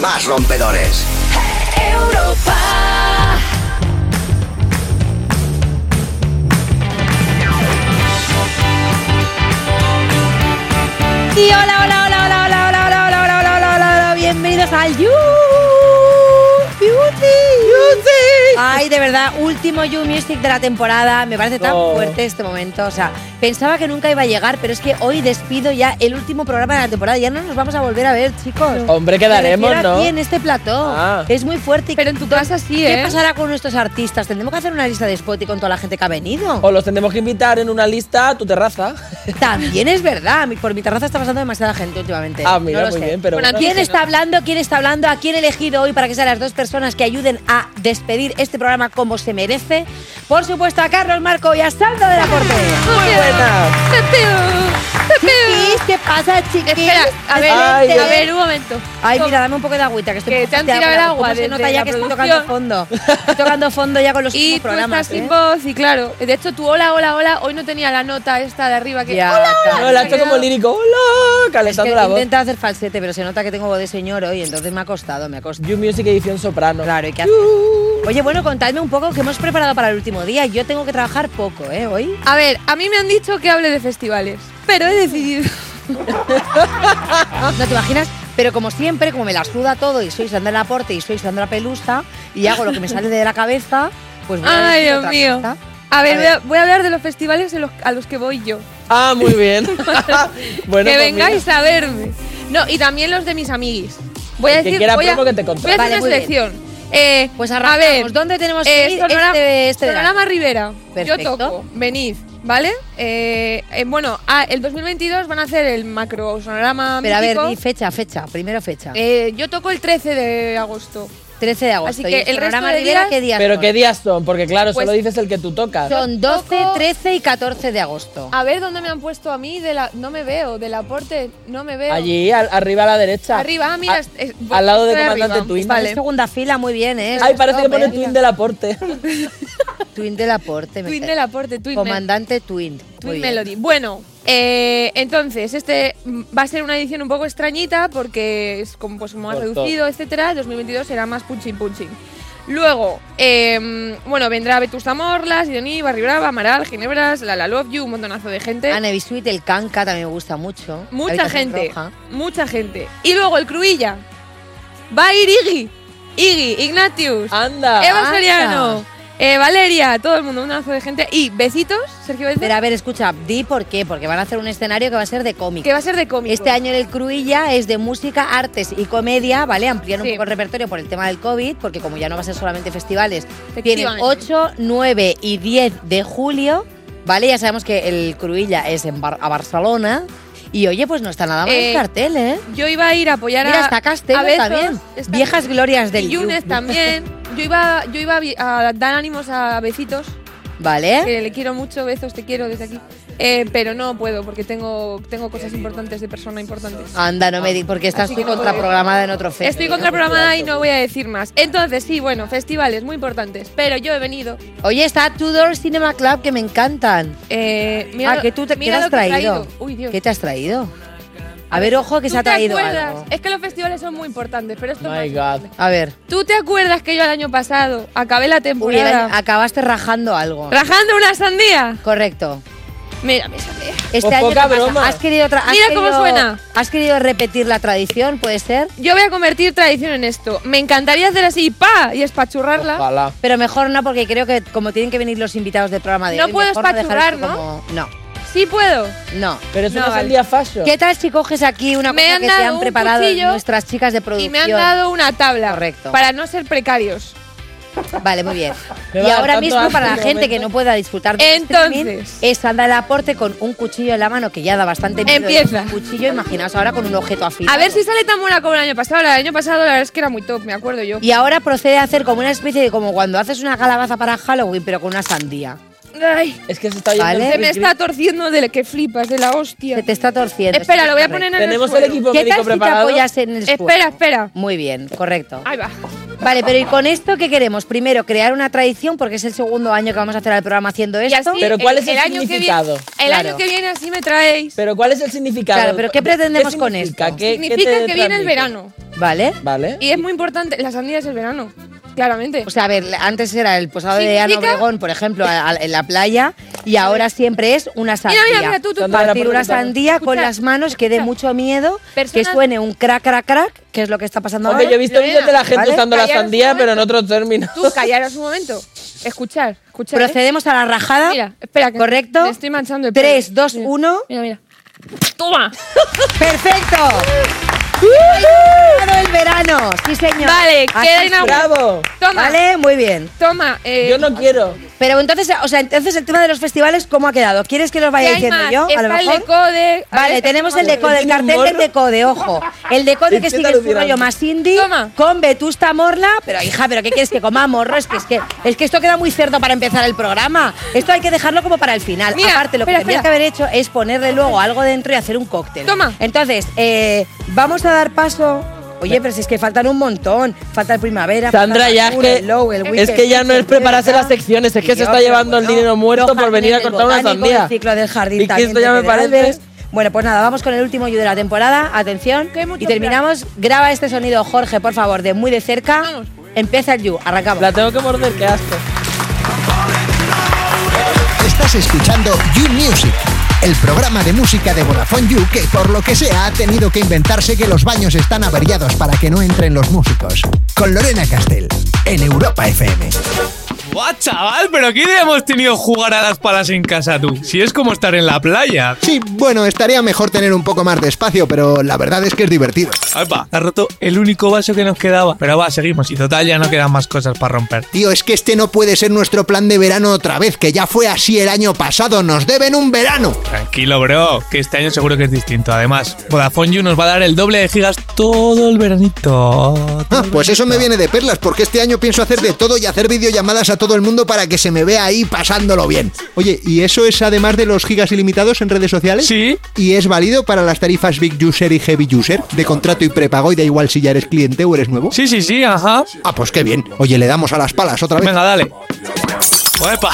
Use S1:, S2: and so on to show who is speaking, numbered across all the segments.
S1: más rompedores.
S2: Europa.
S3: Y hola, hola, hola, hola, hola, hola, hola, hola, hola, hola, hola, hola, hola, bienvenidos al You Beauty. Ay, de verdad, último You Music de la temporada. Me parece tan
S4: Oh.
S3: fuerte este momento. O sea, pensaba que nunca iba a llegar, pero es que hoy despido ya el último programa de la temporada. Ya no nos vamos a volver a ver, chicos.
S4: Hombre, quedaremos,
S3: Me refiero
S4: ¿no?
S3: Aquí en este plató.
S4: Ah.
S3: Es muy fuerte.
S5: Pero en tu casa sí,
S3: ¿Qué
S5: ¿eh?
S3: pasará con nuestros artistas? Tendremos que hacer una lista de Spotify con toda la gente que ha venido.
S4: O los tendremos que invitar en una lista a tu terraza.
S3: También es verdad, mi- por mi terraza está pasando demasiada gente últimamente.
S4: Ah, mira,
S3: No lo
S4: muy
S3: sé.
S4: bien, pero
S5: Bueno,
S4: bueno.
S3: ¿Quién
S5: Sí,
S3: está hablando? ¿Quién está hablando? ¿A quién he elegido hoy para que sean las dos personas que ayuden a despedir este programa como se merece? Por supuesto, a Carlos Marco y a Sandra de la Corte.
S5: Muy
S4: buena.
S3: Chiquis, ¿Qué pasa, chiquis?
S5: Espera, a ver,
S4: Ay,
S5: a
S4: Dios.
S5: ver, un momento.
S3: Ay, mira, dame un poco de agüita, que estoy
S5: Que
S3: un poco
S5: te han
S3: hastiada,
S5: tirado el
S3: pero
S5: agua
S3: cómo se
S5: desde
S3: nota ya
S5: la
S3: que estoy tocando
S5: producción.
S3: fondo. Estoy tocando fondo ya con los
S5: Y
S3: últimos
S5: tú
S3: programas.
S5: estás sin
S3: ¿eh?
S5: voz y claro, de hecho tu hola, hola, hola, hoy no tenía la nota esta de arriba que...
S3: Ya,
S5: ¡Hola, hola!
S3: claro.
S4: No, la ha hecho como lírico. ¡Hola!
S3: Es que
S4: Calentando la voz.
S3: intenta hacer falsete, pero se nota que tengo voz de señor hoy, entonces me ha costado, me ha costado.
S4: You Music Edición Soprano.
S3: Claro, ¿y qué hacer? Oye, bueno, contadme un poco qué hemos preparado para el último día. Yo tengo que trabajar poco, ¿eh? Hoy.
S5: A ver, a mí me han dicho que hable de festivales, pero he decidido...
S3: No te imaginas, pero como siempre, como me la suda todo y soy Sandra Laporte y soy Sandra Pelusa y hago lo que me sale de la cabeza, pues voy a
S5: Ay,
S3: decir
S5: Dios
S3: otra
S5: mío.
S3: cosa.
S5: A ver,
S3: A
S5: voy a, voy a hablar de los festivales en los- a los que voy yo.
S4: Ah, muy bien. bueno,
S5: que
S4: pues
S5: vengáis
S4: mira.
S5: a verme. No, y también los de mis amiguis. Voy
S4: El
S5: a
S4: que
S5: decir,
S4: quiera
S5: voy a,
S4: promo que te
S5: voy a
S4: contrate.
S5: hacer
S3: Vale,
S5: una
S3: muy bien.
S5: selección. Eh,
S3: Pues
S5: a ver,
S3: arrancamos. ¿Dónde tenemos
S5: eh,
S3: que ir
S5: Sonora,
S3: este, este
S5: Sonora
S3: verano?
S5: Rivera.
S3: Perfecto.
S5: Yo toco. Venid, ¿vale? Eh, eh, bueno, ah, el 2022 van a hacer el macro sonorama
S3: Pero a ver,
S5: mítico.
S3: di fecha, fecha, primero fecha.
S5: Eh, yo toco el 13 de agosto.
S3: 13 de agosto.
S5: así que
S3: ¿Y
S5: el resto
S3: programa
S5: de
S3: Rivera
S5: días-
S3: qué días
S4: Pero
S3: son?
S4: qué días son, porque claro,
S5: Pues-
S4: solo dices el que tú tocas.
S3: Son 12,
S5: Toco-
S3: 13 y 14 de agosto.
S5: A ver dónde me han puesto a mí. De la, no me veo. Del aporte, no me veo.
S4: Allí, al- arriba a la derecha.
S5: Arriba, ah, mira,
S4: A-
S5: es- es-
S4: al lado de
S5: estoy
S4: comandante
S5: arriba.
S4: Twin.
S3: Vale. Segunda fila, muy bien, ¿eh?
S4: Ay, parece que
S3: Top,
S4: pone
S3: ¿eh?
S4: Twin del aporte.
S3: Twin del aporte. me
S5: Twin
S3: cae.
S5: del aporte, Twin Mel-
S3: Comandante Twin. Muy
S5: Twin
S3: bien.
S5: Melody. Bueno, eh, entonces, este mm, va a ser una edición un poco extrañita porque es como, pues, como más
S4: Por todo.
S5: reducido, etcétera. El 2022 será más punchin punchin. Luego, eh, bueno, vendrá Vetusta Morla, Sidoní, Barri Brava, Amaral, Ginebras, La La Love You, un montonazo de gente.
S3: Ana Bisuit, el Kanka también me gusta mucho.
S5: mucha
S3: Habitación
S5: gente,
S3: Roja.
S5: mucha gente. Y luego el Cruilla. Va a ir Iggy, Iggy, Ignatius,
S4: Anda.
S5: Eva
S3: anda.
S5: Soriano, eh, Valeria, todo el mundo, un montonazo de gente. Y Besitos, Sergio Besitos,
S3: Pero a ver, escucha, di por qué, porque van a hacer un escenario que va a ser de cómic.
S5: que va a ser de cómico.
S3: Este año en el Cruilla es de música, artes y comedia, ¿vale? Ampliar un
S5: Sí.
S3: poco el repertorio por el tema del COVID, porque como ya no va a ser solamente festivales, tienen
S5: Efectivamente.
S3: 8, 9 y 10 de julio, ¿vale? Ya sabemos que el Cruilla es en Bar- a Barcelona. Y oye, pues no está nada mal
S5: Eh,
S3: el cartel, ¿eh?
S5: Yo iba a ir a apoyar a.
S3: Mira, está Castelo
S5: a Bezos,
S3: también.
S5: está-
S3: Viejas glorias Pues del
S5: Y Yunes
S3: Yu.
S5: también. Yo iba, yo iba a vi- a dar ánimos a Becitos,
S3: ¿Vale?
S5: que le quiero mucho, Bezos, te quiero desde aquí. Eh, pero no puedo porque tengo, tengo cosas importantes de persona importantes.
S3: Anda, no me di, porque estás
S5: Así
S3: muy
S5: que no puedo ir.
S3: contraprogramada en otro festival.
S5: Estoy contraprogramada y no voy a decir más. Entonces, sí, bueno, festivales muy importantes. Pero yo he venido.
S3: Oye, está Tudor Cinema Club, que me encantan.
S5: eh, mira
S3: ah,
S5: lo-
S3: que tú te, ¿qué te
S5: mira
S3: has
S5: lo que he
S3: traído.
S5: Uy, Dios.
S3: ¿Qué te has traído? A ver, ojo, que
S5: ¿Tú
S3: se ha
S5: te
S3: traído
S5: acuerdas?
S3: algo.
S5: Es que los festivales son muy importantes, pero esto
S4: Oh My
S5: no es
S4: God.
S5: importante.
S3: A ver,
S5: ¿Tú te acuerdas que yo el año pasado acabé la
S3: Uri, el
S5: temporada
S3: año- acabaste rajando algo.
S5: rajando una sandía?
S3: Correcto.
S5: Mira, mira, mira.
S3: Este
S4: Pues
S3: año
S4: poca
S3: ¿qué pasa?
S4: broma.
S3: has querido tra- has
S5: Mira cómo
S3: querido-
S5: suena.
S3: Has querido repetir la tradición, puede ser,
S5: Yo voy a convertir tradición en esto. Me encantaría hacer así, pa, y espachurrarla.
S4: Ojalá.
S3: pero mejor no porque creo que como tienen que venir los invitados del programa de
S5: No
S3: hoy,
S5: puedo
S3: mejor dejar
S5: espachurrar,
S3: esto
S5: ¿no?
S3: como- No,
S5: Sí puedo.
S3: no.
S4: Pero es
S5: No,
S4: una
S5: vale.
S4: sandía fashion.
S3: ¿Qué tal si coges aquí una
S5: Me
S3: cosa
S5: han
S3: que te
S5: dado
S3: han
S5: un
S3: preparado
S5: cuchillo
S3: nuestras chicas de
S5: Y
S3: producción?
S5: me han dado una tabla.
S3: Correcto.
S5: Para no ser precarios.
S3: Vale, muy bien.
S4: Me
S3: Y
S4: va a dar
S3: ahora
S4: tanto
S3: mismo,
S4: asco
S3: para la
S4: este
S3: gente que
S4: momento.
S3: no pueda disfrutar de este
S5: Entonces.
S3: es andar al aporte con un cuchillo en la mano, que ya da bastante miedo.
S5: Empieza.
S3: Un cuchillo, imaginaos ahora con un objeto afilado.
S5: A ver si sale tan buena como el año pasado. El año pasado la verdad es que era muy top, me acuerdo yo.
S3: Y ahora procede a hacer como una especie de como cuando haces una calabaza para Halloween, pero con una sandía.
S5: Ay,
S4: Es que se está yendo
S3: Vale.
S4: el
S5: se me
S4: cri-cri.
S5: está torciendo de la que flipas, de la hostia.
S3: Se te está torciendo.
S5: Espera,
S3: Esto
S5: lo voy a
S3: está
S5: poner en
S3: recto.
S4: Tenemos
S5: el
S4: el
S5: suelo.
S4: equipo
S3: ¿Qué
S4: médico
S3: tal si te
S4: preparado.
S3: apoyas en el suelo?
S5: Espera, espera.
S3: Muy bien, correcto.
S5: Ahí va.
S3: Vale, pero ¿y con esto qué queremos? Primero, crear una tradición, porque es el segundo año que vamos a hacer el programa haciendo
S5: Y
S3: esto.
S5: así,
S4: Pero ¿cuál es el
S5: año que viene-
S4: significado?
S5: el
S4: Claro.
S5: año que viene así me traéis.
S4: Pero ¿cuál es el significado?
S3: Claro, pero ¿qué pretendemos con
S4: significa?
S3: esto?
S4: ¿Qué- qué
S5: Significa
S4: te
S5: que viene el
S4: transmite?
S5: verano.
S3: ¿Vale?
S4: Vale.
S5: Y es muy importante, la sandía es el verano, claramente.
S3: O sea, a ver, antes era el posado de Ana
S5: ¿Significa?
S3: Obregón, por ejemplo, a- a- en la playa, y ahora siempre es una sandía.
S5: mira, mira, mira, tú, tú, tú.
S4: Sandra,
S5: Partir
S3: Partir una
S4: Escucha,
S3: sandía con las manos que dé
S5: escucha.
S3: mucho miedo, que
S5: Personas-
S3: suene un crack, crack, crack, que es lo que está pasando
S4: Hombre,
S3: ahora.
S4: yo he visto
S5: Lorena,
S4: vídeos de la gente
S3: ¿vale?
S4: usando la
S5: Callaros un
S4: sandía,
S5: momento.
S4: pero en otro término.
S5: Tú, callaros un momento. Escuchar, escuchar. ¿eh?
S3: Procedemos a la rajada.
S5: Mira, espera, que
S3: ¿Correcto?
S5: me estoy manchando el pelo.
S3: 3, 2,
S5: Mira.
S3: 1.
S5: Mira, mira. ¡Toma!
S3: ¡Perfecto! ¡Claro el verano! Sí, señor.
S5: Vale,
S3: Aquí
S5: queda
S3: sí.
S5: inaugurado.
S4: ¡Bravo!
S5: Toma,
S3: Vale, muy bien.
S5: toma. eh,
S4: Yo no quiero.
S3: Pero entonces, o sea, entonces el tema de los festivales, ¿cómo ha quedado? ¿Quieres que los
S5: ¿qué
S3: vaya
S5: hay
S3: diciendo
S5: más?
S3: yo? A
S5: Está
S3: lo mejor.
S5: el decode. a
S3: Vale,
S5: ver,
S3: tenemos el
S5: toma.
S3: decode, el
S4: Tiene un
S3: cartel del
S4: morro.
S3: decode, ojo. El decode que
S4: Estoy
S3: sigue su
S4: alucinando.
S3: rollo más indie
S5: Toma.
S3: con Vetusta Morla. Pero hija, ¿pero qué quieres que comamos, morro? Es que, es, que, es que esto queda muy cerdo para empezar el programa. Esto hay que dejarlo como para el final.
S5: Mira,
S3: Aparte, lo
S5: espera,
S3: que tendrías que
S5: espera.
S3: haber hecho es ponerle luego algo dentro y hacer un cóctel.
S5: Toma.
S3: Entonces, eh, vamos a dar paso. Oye, pero si es que faltan un montón. Falta el primavera.
S4: Sandra,
S3: falta
S4: ya es
S3: Natura,
S4: que,
S3: el Low, el
S4: es
S3: Weekend,
S4: que ya no es
S3: el
S4: prepararse
S3: Cerca.
S4: las secciones, es que se
S3: Dios,
S4: está
S3: pero
S4: llevando el
S3: bueno,
S4: dinero muerto
S3: los
S4: por venir a
S3: jardines
S4: cortar una
S3: del botánico,
S4: sandía.
S3: El ciclo del jardín
S4: Y que
S3: también
S4: esto ya
S3: te
S4: me
S3: quedará,
S4: parece.
S3: ¿ves? Bueno, pues nada, vamos con el último you de la temporada. Atención.
S5: Que Ah, pues hay mucho
S3: Y terminamos. Graba este sonido, Jorge, por favor, de muy de cerca.
S5: Vamos.
S3: Empieza el you. Arrancamos.
S4: La tengo que morder, qué asco.
S1: Estás escuchando You Music, el programa de música de Vodafone You que por lo que sea ha tenido que inventarse que los baños están averiados para que no entren los músicos. Con Lorena Castell, en Europa FM.
S2: ¡Guau, chaval! ¿Pero qué idea hemos tenido jugar a las palas en casa tú? Si es como estar en la playa.
S1: Sí, bueno, estaría mejor tener un poco más de espacio, pero la verdad es que es divertido.
S2: ¡Alpa! Ha roto el único vaso que nos quedaba. Pero va, seguimos. Y total, ya no quedan más cosas para romper.
S1: Tío, es que este no puede ser nuestro plan de verano otra vez, que ya fue así el año pasado, nos deben un verano.
S2: Tranquilo, bro, que este año seguro que es distinto. Además, Vodafone You nos va a dar el doble de gigas todo el veranito.
S1: Ah, pues eso me viene de perlas, porque este año pienso hacer de todo y hacer videollamadas a todo el mundo para que se me vea ahí pasándolo bien. Oye, ¿y eso es además de los gigas ilimitados en redes sociales?
S2: Sí.
S1: ¿Y es válido para las tarifas Big User y Heavy User? De contrato y prepago y da igual si ya eres cliente o eres nuevo.
S2: Sí, sí, sí, ajá.
S1: Ah, pues qué bien. Oye, le damos a las palas otra vez.
S2: Venga, dale. ¡Oepa!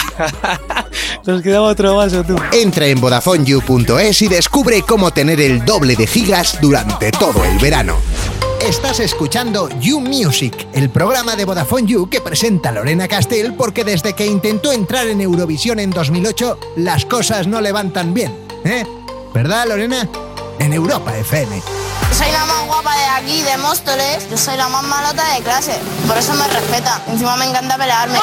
S2: Nos quedaba otro vaso, tú.
S1: Entra en VodafoneYou.es y descubre cómo tener el doble de gigas durante todo el verano. Estás escuchando You Music, el programa de Vodafone You que presenta Lorena Castell porque desde que intentó entrar en Eurovisión en 2008, las cosas no levantan bien. ¿Eh? ¿Verdad, Lorena? En Europa FM.
S6: Soy la más guapa de aquí, de Móstoles. Yo soy la más malota de clase. Por eso me respeta. Encima me encanta pelearme.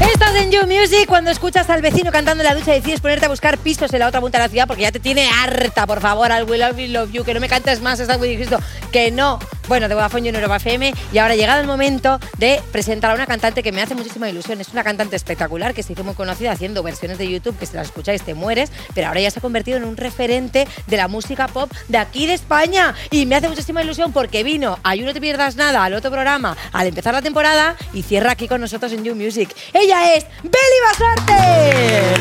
S3: Estás en You Music cuando escuchas al vecino cantando en la ducha y decides ponerte a buscar pisos en la otra punta de la ciudad porque ya te tiene harta, por favor, al We Love You, Love You, que no me cantes más, está muy Cristo, que no. Bueno, de Vodafone You en Europa FM y ahora ha llegado el momento de presentar a una cantante que me hace muchísima ilusión. Es una cantante espectacular que se hizo muy conocida haciendo versiones de YouTube que si las escucháis te mueres, pero ahora ya se ha convertido en un referente de la música pop de aquí de España y me hace muchísima ilusión porque vino a You No Te Pierdas Nada, al otro programa, al empezar la temporada y cierra aquí con nosotros en You Music. Ella es Beli Basarte.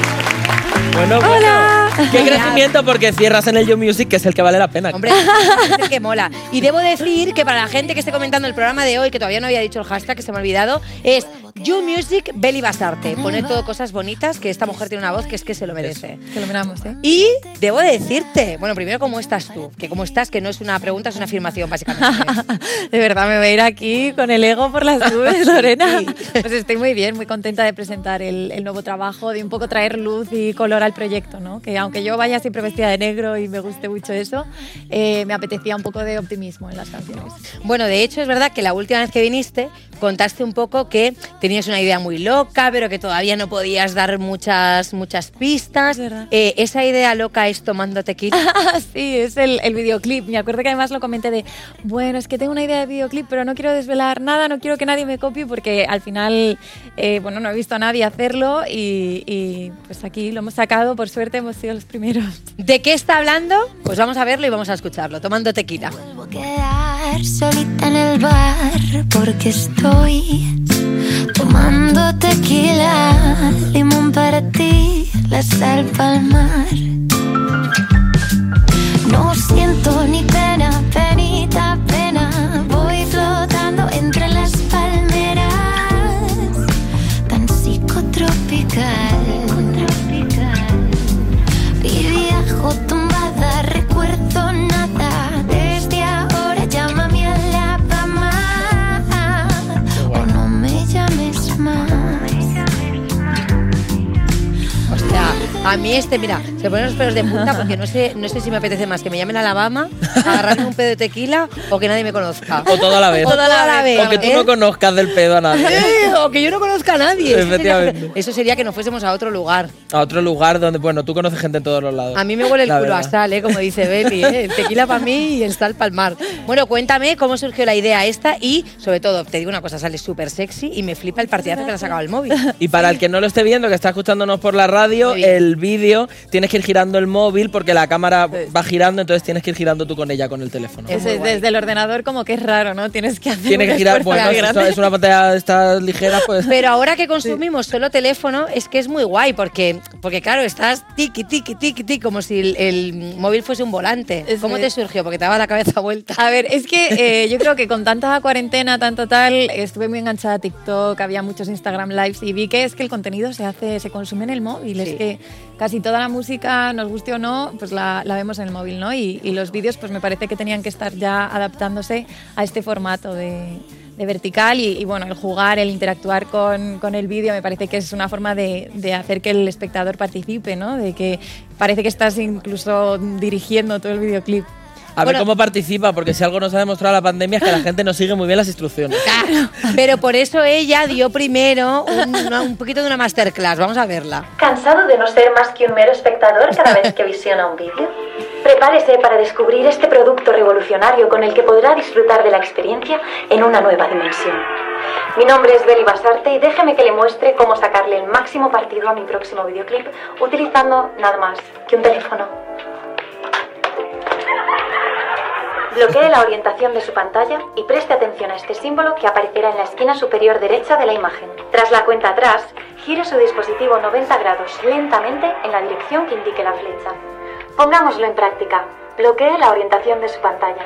S4: Bueno, bueno.
S3: Hola.
S4: Qué crecimiento porque cierras en el You Music, que es el que vale la pena.
S3: Hombre, es el que mola. Y debo decir que para la gente que esté comentando el programa de hoy, que todavía no había dicho el hashtag, que se me ha olvidado, es You Music Beli Basarte. Poner todo cosas bonitas, que esta mujer tiene una voz que es que se lo merece.
S7: Que lo miramos, ¿eh?
S3: Y debo decirte, bueno, primero, ¿cómo estás tú? Que cómo estás, que no es una pregunta, es una afirmación, básicamente.
S7: De verdad, me voy a ir aquí con el ego por las nubes, Lorena. Pues estoy muy bien, muy contenta de presentar el, el nuevo trabajo, de un poco traer luz y color al proyecto, ¿no? Que aunque yo vaya siempre vestida de negro y me guste mucho eso, eh, me apetecía un poco de optimismo en las canciones.
S3: Bueno, de hecho, es verdad que la última vez que viniste contaste un poco que tenías una idea muy loca, pero que todavía no podías dar muchas, muchas pistas.
S7: Es verdad.
S3: Eh, esa idea loca es tomando tequila.
S7: sí, es el, el videoclip. Me acuerdo que además lo comenté de, bueno, es que tengo una idea de videoclip, pero no quiero desvelar nada, no quiero que nadie me copie porque al final, eh, bueno, no he visto a nadie hacerlo y, y pues aquí lo hemos sacado, por suerte hemos sido los primeros.
S3: ¿De qué está hablando? Pues vamos a verlo y vamos a escucharlo, tomando tequila.
S8: Vuelvo a quedar solita en el bar porque estoy tomando tequila, limón para ti, la sal para mar. No siento ni pena, penita, pena, voy flotando entre las palmas.
S3: A mí este, mira, se ponen los pelos de punta porque no sé, no sé si me apetece más que me llamen a Alabama, agarrarme un pedo de tequila o que nadie me conozca.
S4: O todo a la vez.
S3: O todo a la vez.
S4: O que tú
S3: ¿eh?
S4: no conozcas del pedo a nadie.
S3: Eh, O que yo no conozca a nadie. Eso sería-
S4: Efectivamente.
S3: Eso sería que nos fuésemos a otro lugar.
S4: A otro lugar donde, bueno, tú conoces gente en todos los lados.
S3: A mí me huele el
S4: La
S3: culo a
S4: verdad.
S3: sal, ¿eh? como dice Beli. ¿eh? El tequila para mí y el sal para el mar. Bueno, cuéntame cómo surgió la idea esta y, sobre todo, te digo una cosa, sale súper sexy y me flipa el partidazo que le ha sacado al móvil.
S4: Y para el que no lo esté viendo, que está escuchándonos por la radio,
S3: Muy bien.
S4: el vídeo tienes que ir girando el móvil porque la cámara va girando, entonces tienes que ir girando tú con ella con el teléfono.
S3: Es muy
S7: Desde,
S3: guay.
S7: desde el ordenador como que es raro, ¿no? Tienes que hacer
S4: Tienes
S7: un
S4: que girar,
S7: esfuerzo
S4: bueno,
S7: muy
S4: si
S7: grande.
S4: es una pantalla está ligera, pues
S3: Pero ahora que consumimos solo teléfono, es que es muy guay, porque, porque claro, estás tiki, tiki, tiki, tiki, como si el, el móvil fuese un volante.
S7: Es
S3: ¿Cómo te
S7: ver-
S3: surgió? Porque te daba la cabeza vuelta.
S7: A ver, es que eh, yo creo que con tanta cuarentena, tanto tal, estuve muy enganchada a TikTok, había muchos Instagram Lives y vi que es que el contenido se hace, se consume en el móvil.
S3: Sí.
S7: Es que casi toda la música, nos guste o no, pues la, la vemos en el móvil, ¿no? Y, y los vídeos, pues me parece que tenían que estar ya adaptándose a este formato de, de vertical y, y, bueno, el jugar, el interactuar con, con el vídeo me parece que es una forma de, de hacer que el espectador participe, ¿no? De que parece que estás incluso dirigiendo todo el videoclip.
S4: a ver
S3: Bueno.
S4: cómo participa, porque si algo nos ha demostrado la pandemia es que la gente no sigue muy bien las instrucciones.
S3: Claro, Pero por eso ella dio primero un, una- un poquito de una masterclass. Vamos a verla.
S9: ¿Cansado de no ser más que un mero espectador cada vez que visiona un vídeo? Prepárese para descubrir este producto revolucionario con el que podrá disfrutar de la experiencia en una nueva dimensión. Mi nombre es Beli Basarte y déjeme que le muestre cómo sacarle el máximo partido a mi próximo videoclip utilizando nada más que un teléfono. Bloquee la orientación de su pantalla y preste atención a este símbolo que aparecerá en la esquina superior derecha de la imagen. Tras la cuenta atrás, gire su dispositivo 90 grados lentamente en la dirección que indique la flecha. Pongámoslo en práctica. Bloquee la orientación de su pantalla.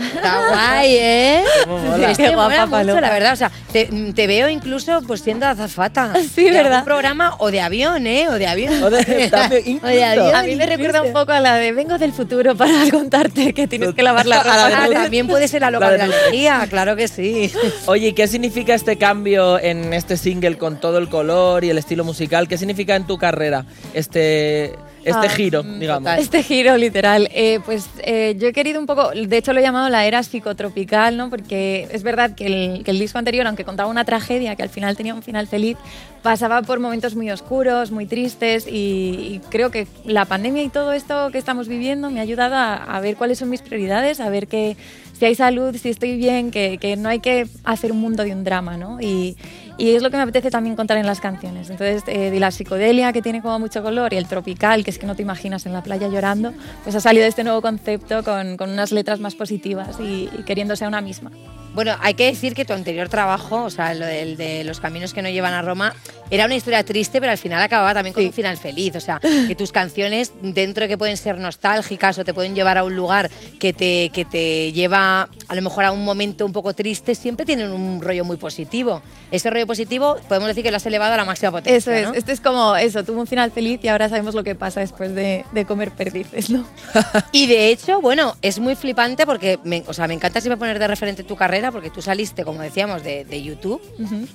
S3: Está guay, ¿eh?
S4: Cómo mola.
S3: Es que
S7: Qué guapa,
S3: mola mucho,
S7: Paloma.
S3: la verdad. O sea, te, te veo incluso pues siendo azafata.
S7: Sí,
S3: de algún
S7: ¿verdad?
S3: programa o de avión, ¿eh? O de avión.
S4: O de- también,
S3: O de
S4: incluso.
S3: avión.
S7: A mí me recuerda un
S3: incluso.
S7: poco a la de vengo del futuro para contarte que tienes que lavar la ropa.
S3: Ah, también puede ser la loca
S4: La
S3: de
S4: de
S3: la energía, claro que sí.
S4: Oye, ¿y ¿qué significa este cambio en este single con todo el color y el estilo musical? ¿Qué significa en tu carrera este, este
S7: Ah,
S4: giro,
S7: mm,
S4: digamos?
S3: total.
S7: Este giro, literal. Eh, pues eh, yo he querido un poco, de hecho lo he llamado la era psicotropical, ¿no? Porque es verdad que el, que el disco anterior, aunque contaba una tragedia que al final tenía un final feliz, pasaba por momentos muy oscuros, muy tristes y, y creo que la pandemia y todo esto que estamos viviendo me ha ayudado a, a ver cuáles son mis prioridades, a ver que si hay salud, si estoy bien, que, que no hay que hacer un mundo de un drama, ¿no? Y, y es lo que me apetece también contar en las canciones. Entonces, eh, de la psicodelia, que tiene como mucho color, y el tropical, que es que no te imaginas en la playa llorando, pues ha salido este nuevo concepto con, con unas letras más positivas y, y queriéndose a una misma.
S3: Bueno, hay que decir que tu anterior trabajo, o sea, lo del- de los caminos que no llevan a Roma, era una historia triste, pero al final acababa también con un final feliz. O sea, que tus canciones, dentro de que pueden ser nostálgicas o te pueden llevar a un lugar que te, que te lleva a lo mejor a un momento un poco triste, siempre tienen un rollo muy positivo. Ese rollo positivo podemos decir que lo has elevado a la máxima potencia.
S7: Eso es,
S3: ¿no?
S7: este es como eso, tuvo un final feliz y ahora sabemos lo que pasa después de, de comer perdices, ¿no?
S3: Y de hecho, bueno, es muy flipante porque me, o sea, me encanta siempre poner de referente tu carrera porque tú saliste, como decíamos, de, de YouTube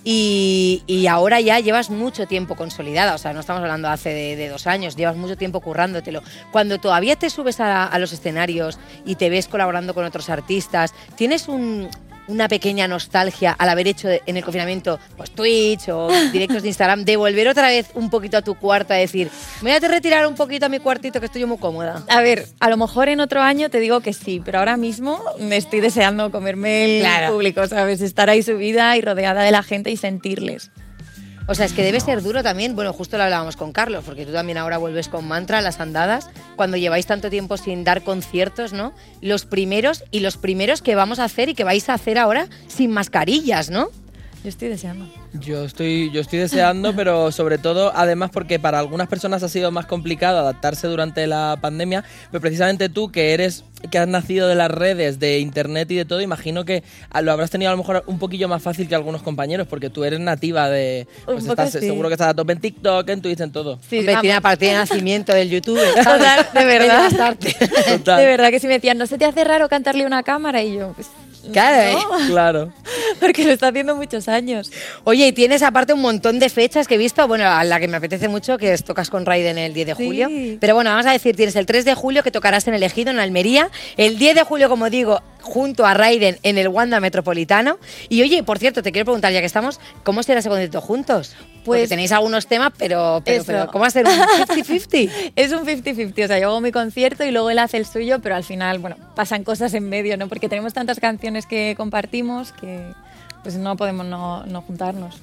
S3: y, y ahora ya llevas mucho tiempo consolidada. O sea, no estamos hablando hace de, de dos años, llevas mucho tiempo currándotelo. Cuando todavía te subes a, a los escenarios y te ves colaborando con otros artistas, ¿tienes un- una pequeña nostalgia al haber hecho de- en el confinamiento pues Twitch o directos de Instagram, de volver otra vez un poquito a tu cuarto a decir, me voy a retirar un poquito a mi cuartito que estoy yo muy cómoda.
S7: A ver, a lo mejor en otro año te digo que sí, pero ahora mismo me estoy deseando comerme el
S3: Claro.
S7: público, ¿sabes? Estar ahí subida y rodeada de la gente y sentirles.
S3: O sea, es que debe ser duro también. Bueno, justo lo hablábamos con Carlos, porque tú también ahora vuelves con mantra a las andadas. Cuando lleváis tanto tiempo sin dar conciertos, ¿no? Los primeros y los primeros que vamos a hacer y que vais a hacer ahora sin mascarillas, ¿no?
S7: Yo estoy deseando.
S4: Yo estoy, yo estoy deseando, pero sobre todo, además, porque para algunas personas ha sido más complicado adaptarse durante la pandemia, pero precisamente tú, que eres, que has nacido de las redes, de internet y de todo, imagino que a- lo habrás tenido a lo mejor un poquillo más fácil que algunos compañeros, porque tú eres nativa de.
S7: Un
S4: Pues
S7: poco
S4: estás,
S7: sí.
S4: seguro que estás a tope en TikTok, en Twitch, en todo.
S7: Sí,
S3: Hombre,
S7: vamos.
S3: tiene la partida de nacimiento del YouTube.
S7: Total, de verdad.
S4: Total.
S7: De verdad que si me decían, ¿no se te hace raro cantarle a una cámara? Y yo, pues,
S3: Claro, ¿eh?
S4: Claro.
S7: porque lo está haciendo muchos años.
S3: Oye, y tienes aparte un montón de fechas que he visto. Bueno, a la que me apetece mucho, que es tocas con Raiden el 10 de
S7: Sí.
S3: julio. Pero bueno, vamos a decir, tienes el 3 de julio que tocarás en el Ejido, en Almería. El 10 de julio, como digo, junto a Raiden en el Wanda Metropolitano. Y oye, por cierto, te quiero preguntar, ya que estamos, ¿cómo será ese concierto juntos? Porque
S7: Pues-
S3: tenéis algunos temas, Ah, pero, pero,
S7: Eso.
S3: pero ¿cómo hacer un 50-50?
S7: Es un 50-50, o sea, yo hago mi concierto y luego él hace el suyo, pero al final, bueno, pasan cosas en medio, ¿no? Porque tenemos tantas canciones que compartimos que pues no podemos no, no juntarnos.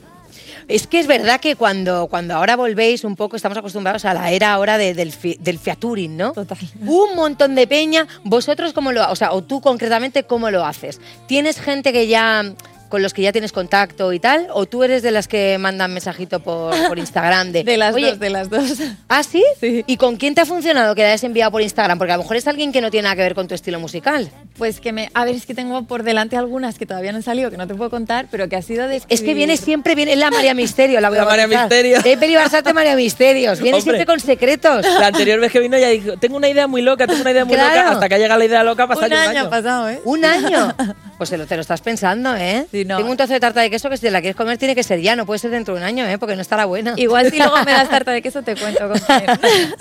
S3: Es que es verdad que cuando, cuando ahora volvéis un poco, estamos acostumbrados a la era ahora de- del, fi- del fiaturing, ¿no?
S7: Total.
S3: Un montón de peña. ¿Vosotros cómo lo O sea, o tú concretamente, ¿cómo lo haces? ¿Tienes gente que ya con los que ya tienes contacto y tal? ¿O tú eres de las que mandan mensajito por, por Instagram de...
S7: De las
S3: "Oye,
S7: dos, de las dos.
S3: ¿Ah, sí?
S7: Sí.
S3: ¿Y con quién te ha funcionado que la hayas enviado por Instagram? Porque a lo mejor es alguien que no tiene nada que ver con tu estilo musical.
S7: Pues que me... A ver, es que tengo por delante algunas que todavía no han salido, que no te puedo contar, pero que ha sido de
S3: Es que
S7: escribir.
S3: viene siempre, viene es la María Misterio, la voy
S4: La
S3: a
S4: María
S3: bautizar.
S4: Misterio.
S3: Eh, Peri Barsate, María Misterios. Viene
S4: Hombre.
S3: siempre con secretos.
S4: La anterior vez que vino ya dijo, tengo una idea muy loca, tengo una idea muy
S3: Claro.
S4: loca. Hasta que ha llegado la idea loca pasa
S7: Un
S4: ya un
S7: año
S4: año.
S7: ha pasado, ¿eh?
S3: ¿Un año? Pues te lo, te lo estás pensando, ¿eh?
S7: Sí, no.
S3: Tengo un trozo de tarta de queso que si te la quieres comer tiene que ser ya, no puede ser dentro de un año, ¿eh? Porque no estará buena.
S7: Igual si luego me das tarta de queso te cuento con quién.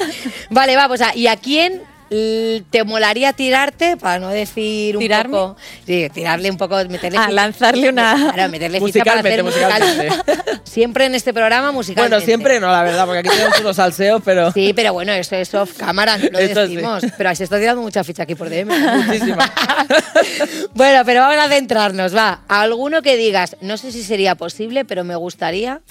S3: Vale, vamos a... ¿Y a quién l- te molaría tirarte, para no decir un
S7: ¿Tirarme?
S3: poco... Sí, tirarle un poco, meterle...
S7: Ah,
S3: ficha-
S7: lanzarle una-
S3: Claro, meterle ficha para hacer
S4: Musicalmente,
S3: musical. Siempre en este programa musical.
S4: Bueno, siempre no, la verdad, porque aquí tenemos unos salseos, pero
S3: Sí, pero bueno, eso es off cámara, no lo
S4: Eso sí.
S3: decimos. Pero se está tirando mucha ficha aquí por DM. ¿eh?
S4: muchísimas.
S3: bueno, pero vamos a centrarnos, va. Alguno que digas, no sé si sería posible, pero me gustaría.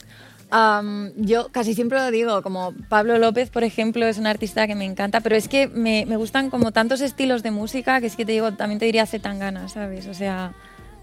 S7: Am, yo casi siempre lo digo, como Pablo López, por ejemplo, es un artista que me encanta, pero es que me, me gustan como tantos estilos de música que es que te digo, también te diría Zetangana, ¿sabes? O sea,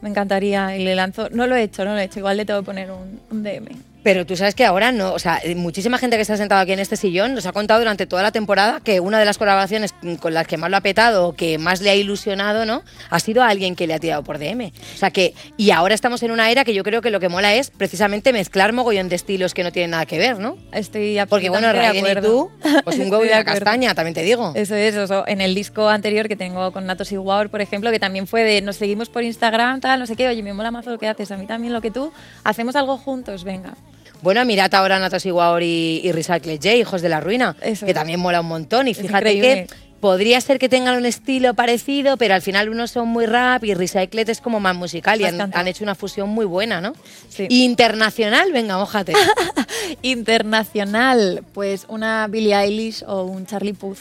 S7: me encantaría y le lanzo. No lo he hecho, no lo he hecho, igual le tengo que poner un, un DM.
S3: Pero tú sabes que ahora no, o sea, muchísima gente que está sentada aquí en este sillón nos ha contado durante toda la temporada que una de las colaboraciones con las que más lo ha petado o que más le ha ilusionado, ¿no? Ha sido alguien que le ha tirado por DM. O sea que, y ahora estamos en una era que yo creo que lo que mola es precisamente mezclar mogollón de estilos que no tienen nada que ver, ¿no?
S7: Estoy
S3: Porque bueno,
S7: absolutamente
S3: Raiden
S7: de
S3: y
S7: acuerdo.
S3: tú, pues un huevo
S7: Estoy
S3: y
S7: de
S3: una
S7: acuerdo.
S3: castaña, también te digo.
S7: Eso es, eso. en el disco anterior que tengo con Natos y Waur, por ejemplo, que también fue de nos seguimos por Instagram, tal, no sé qué, oye, me mola mazo lo que haces, a mí también lo que tú, hacemos algo juntos, venga.
S3: Bueno, mirad ahora a Natos Iguaor y, y Recycle J, Hijos de la Ruina,
S7: Eso
S3: que
S7: es.
S3: también mola un montón. Y
S7: Es
S3: fíjate
S7: increíble.
S3: que podría ser que tengan un estilo parecido, pero al final unos son muy rap y Recycled es como más musical y
S7: Más
S3: han,
S7: cantado.
S3: han hecho una fusión muy buena, ¿no?
S7: Sí.
S3: Internacional, venga, mójate.
S7: Internacional, pues una Billie Eilish o un Charlie Puth.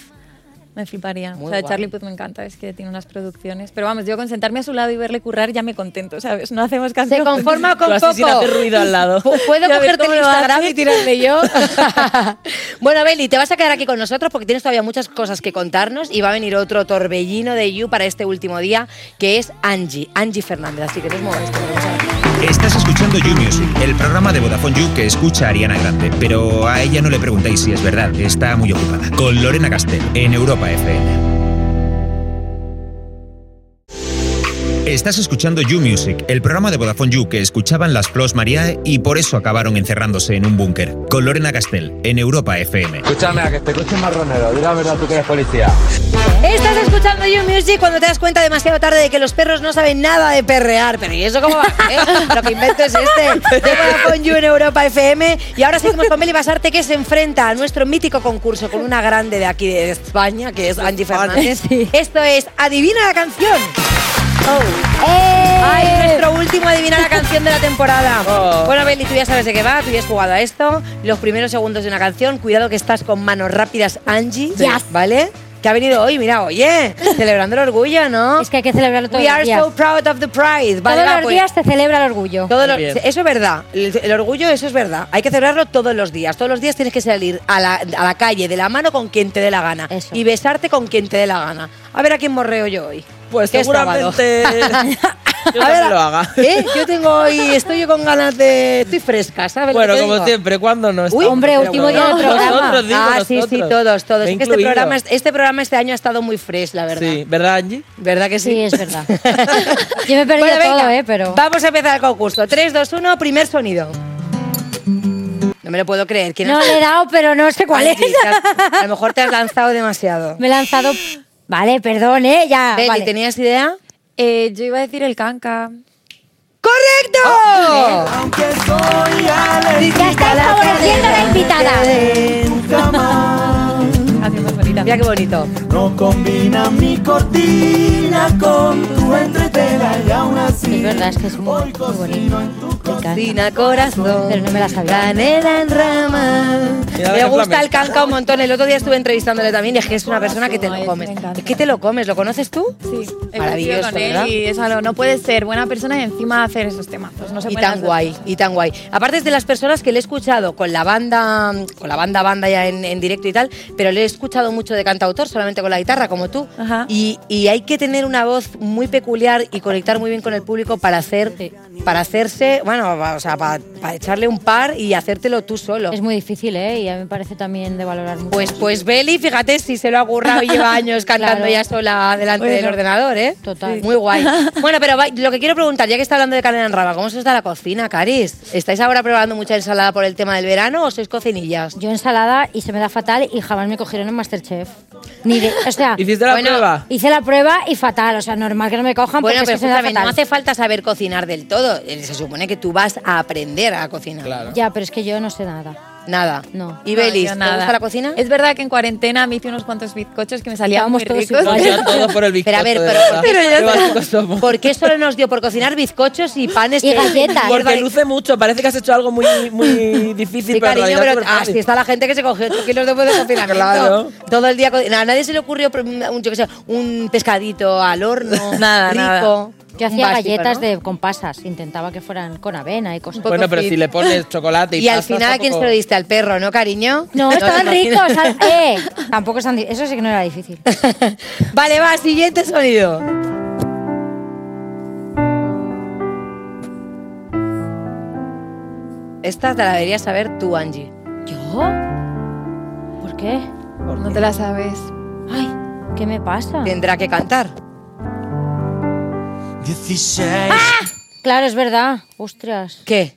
S7: Me fliparía.
S3: Muy
S7: o sea,
S3: guay.
S7: Charlie Puth me encanta, es que tiene unas producciones. Pero vamos, yo con sentarme a su lado y verle currar ya me contento, ¿sabes? No hacemos
S3: Se
S7: canciones.
S3: conforma con
S4: Tú así sin
S3: poco.
S4: hacer ruido al lado.
S3: Pu- Puedo
S7: Ya ves
S3: cogerte el
S7: cómo lo
S3: Instagram
S7: hace.
S3: y tirarme yo. bueno, Beli, te vas a quedar aquí con nosotros porque tienes todavía muchas cosas que contarnos y va a venir otro torbellino de You para este último día, que es Angie, Angie Fernández. Así que no os mováis, que volvemos ahora.
S10: Estás escuchando You Music, el programa de Vodafone You que escucha a Ariana Grande, pero a ella no le preguntéis si es verdad, está muy ocupada. Con Lorena Castel, en Europa FM. Estás escuchando You Music, el programa de Vodafone You que escuchaban las Flos Mariae y por eso acabaron encerrándose en un búnker. Con Lorena Castel, en Europa FM.
S11: Escúchame, a que este coche es marronero. Dile la verdad, tú que eres policía.
S3: Estás escuchando You Music cuando te das cuenta demasiado tarde de que los perros no saben nada de perrear. Pero ¿y eso cómo va? eh? Lo que invento es este. De con You en Europa FM. Y ahora seguimos con Beli Basarte que se enfrenta a nuestro mítico concurso con una grande de aquí de España, que es Angie Fernández.
S7: Sí.
S3: Esto es Adivina la canción. Oh.
S12: Eh.
S3: Ay, nuestro último adivina la canción de la temporada.
S4: Oh.
S3: Bueno, Beli, tú ya sabes de qué va, tú ya has jugado a esto. Los primeros segundos de una canción, cuidado que estás con manos rápidas, Angie. ¿Vale? Que ha venido hoy, mira, oye, celebrando el orgullo, ¿no?
S12: Es que hay que celebrarlo todos
S3: We
S12: los
S3: are
S12: días.
S3: so proud of the pride. Vale,
S12: todos
S3: va,
S12: los
S3: pues,
S12: días se celebra el orgullo.
S3: todos
S4: Muy
S3: los-
S4: bien.
S3: eso es verdad. El, el orgullo, eso es verdad. Hay que celebrarlo todos los días. Todos los días tienes que salir a la, a la calle de la mano con quien te dé la gana.
S12: Eso.
S3: Y besarte con quien te dé la gana. A ver a quién morreo yo hoy.
S4: Pues
S3: Qué
S4: seguramente yo
S3: A
S4: también
S3: ver,
S4: lo haga.
S3: ¿eh? Yo tengo hoy, estoy yo con ganas de. Estoy fresca, ¿sabes? lo
S4: Bueno,
S3: que te
S4: como
S3: digo?
S4: siempre, ¿cuándo no?
S3: Uy,
S4: estamos?
S12: hombre,
S4: Pero
S12: último
S4: bueno,
S12: día del programa.
S4: Nosotros, digo,
S3: ah, sí, sí,
S4: nosotros.
S3: todos, todos.
S4: Me
S3: Es que este
S4: incluido.
S3: programa, es- este programa este año ha estado muy fresh, la verdad.
S4: Sí, ¿verdad, Angie?
S3: ¿Verdad que sí?
S12: Sí, es verdad. Yo me he perdido
S3: Bueno, venga,
S12: todo, ¿eh? Pero...
S3: Vamos a empezar el concurso. 3, 2, 1, primer sonido. No me lo puedo creer. ¿Quién
S12: No
S3: ha-
S12: le he dado, pero no sé cuál
S3: Ay,
S12: es.
S3: sí, te has- A lo mejor te has lanzado demasiado.
S12: Me he lanzado... Vale,
S7: Ah,
S12: perdón, ¿eh? Ya,
S3: Beli,
S12: vale.
S3: ¿tenías idea?
S7: Eh, yo iba a decir el canca.
S3: ¡Correcto! ¡Correcto! oh,
S12: Ya estáis favoreciendo a la invitada.
S3: Mira qué bonito.
S13: No combina mi cortina con tu entretela y aún así.
S12: Es verdad, es que es muy, muy bonito.
S3: Cocina corazón.
S12: Pero no me la sabía.
S3: Canela en rama.
S12: Mira,
S3: Me
S12: dale
S3: gusta
S12: flamenco.
S3: el canca un montón. El otro día estuve entrevistándole también y es que es una persona que te lo comes. Es que te lo comes. ¿Lo conoces tú?
S7: Sí. He
S3: Maravilloso,
S7: coincidido con él
S3: ¿verdad?
S7: y es algo, no puede ser buena persona y encima hacer esos temazos. No se
S3: y
S7: pueden
S3: tan
S7: hacer.
S3: guay, y tan guay. Aparte es de las personas que le he escuchado con la banda, con la banda banda ya en, en directo y tal, pero le he escuchado mucho de cantautor, solamente con la guitarra, como tú. Y, y hay que tener una voz muy peculiar y conectar muy bien con el público para hacer, para hacerse, bueno, o sea, para, para echarle un par y hacértelo tú solo.
S12: Es muy difícil, ¿eh? Y a mí me parece también de valorar mucho.
S3: Pues, pues Beli, fíjate si se lo ha currado y lleva años cantando
S12: Claro.
S3: ya sola delante del
S12: Bueno.
S3: ordenador, ¿eh?
S12: Total.
S3: Muy guay. Bueno, pero va- lo que quiero preguntar, ya que está hablando de canela en rama, ¿cómo se os da la cocina, Caris? ¿Estáis ahora probando mucha ensalada por el tema del verano o sois cocinillas?
S12: Yo ensalada y se me da fatal y jamás me cogieron en Masterchef. Ni de, o sea,
S3: ¿Hiciste la Bueno, pues, prueba?
S12: Hice la prueba y fatal, o sea, normal que no me cojan
S3: Bueno,
S12: porque
S3: pero
S12: es que se me da
S3: escúchame, no
S12: fatal.
S3: hace falta saber cocinar del todo. Eh, Se supone que tú vas a aprender a cocinar.
S12: Ya, pero es que yo no sé nada.
S3: Nada.
S12: No.
S3: ¿Y Belis,
S7: yo
S3: te
S7: nada.
S3: gusta la cocina?
S7: Es verdad que en cuarentena me hice unos cuantos bizcochos que me salían
S12: Estábamos
S7: muy
S12: todos
S7: ricos.
S12: iguales.
S4: Ya todo por el
S3: Pero
S4: bizcocho,
S3: a ver,
S4: de
S3: pero,
S4: verdad.
S3: pero ya
S4: Qué
S3: te-
S4: básicos somos.
S3: ¿por qué solo nos dio por cocinar bizcochos y panes?
S12: Y galletas.
S4: Porque luce mucho, parece que has hecho algo muy, muy difícil.
S3: Sí,
S4: pero en
S3: cariño,
S4: realidad
S3: pero
S4: superfácil.
S3: así está la gente que se coge 8 kilos después de confinamiento.
S4: Claro.
S3: Todo el día. co- A nadie se le ocurrió pr- un, yo qué sé, un pescadito al horno.
S7: Nada,
S3: rico,
S7: nada.
S12: Yo
S3: un
S12: hacía
S3: básico,
S12: galletas
S3: ¿no?
S12: de, con pasas, intentaba que fueran con avena y cosas
S4: Bueno, pero si le pones chocolate y,
S3: Y al
S4: pasas,
S3: final, ¿a quién se
S4: tampoco-
S3: lo diste? ¿Al perro, no, cariño?
S12: No, estaban
S3: te
S12: ricos.
S3: imaginas.
S12: sal- eh, tampoco están. di- Eso sí que no era difícil.
S3: Vale, va, siguiente sonido. Esta te la deberías saber tú, Angie.
S12: ¿Yo? ¿Por qué?
S7: No te la sabes.
S12: Ay, ¿qué me pasa?
S3: Tendrá que cantar.
S13: 16.
S12: Claro, es verdad. Ostras.
S3: ¿Qué?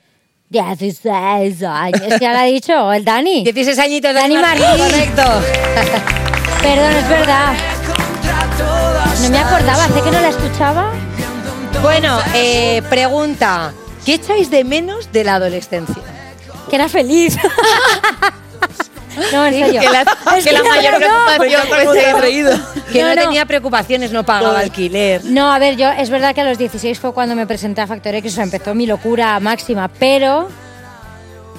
S12: 16 años. Ya lo ha dicho el Dani.
S3: 16 añitos,
S12: Dani Martín.
S3: Correcto.
S12: Perdón, es verdad. No me acordaba, hace que no la escuchaba.
S3: Bueno, eh, pregunta. ¿Qué echáis de menos de la adolescencia?
S12: Que era feliz. no, en serio. Es que no, no,
S3: Que no,
S12: No, no.
S3: tenía preocupaciones, no pagaba alquiler.
S12: No, a ver, yo es verdad que a los 16 fue cuando me presenté a Factor X, o sea, empezó mi locura máxima, pero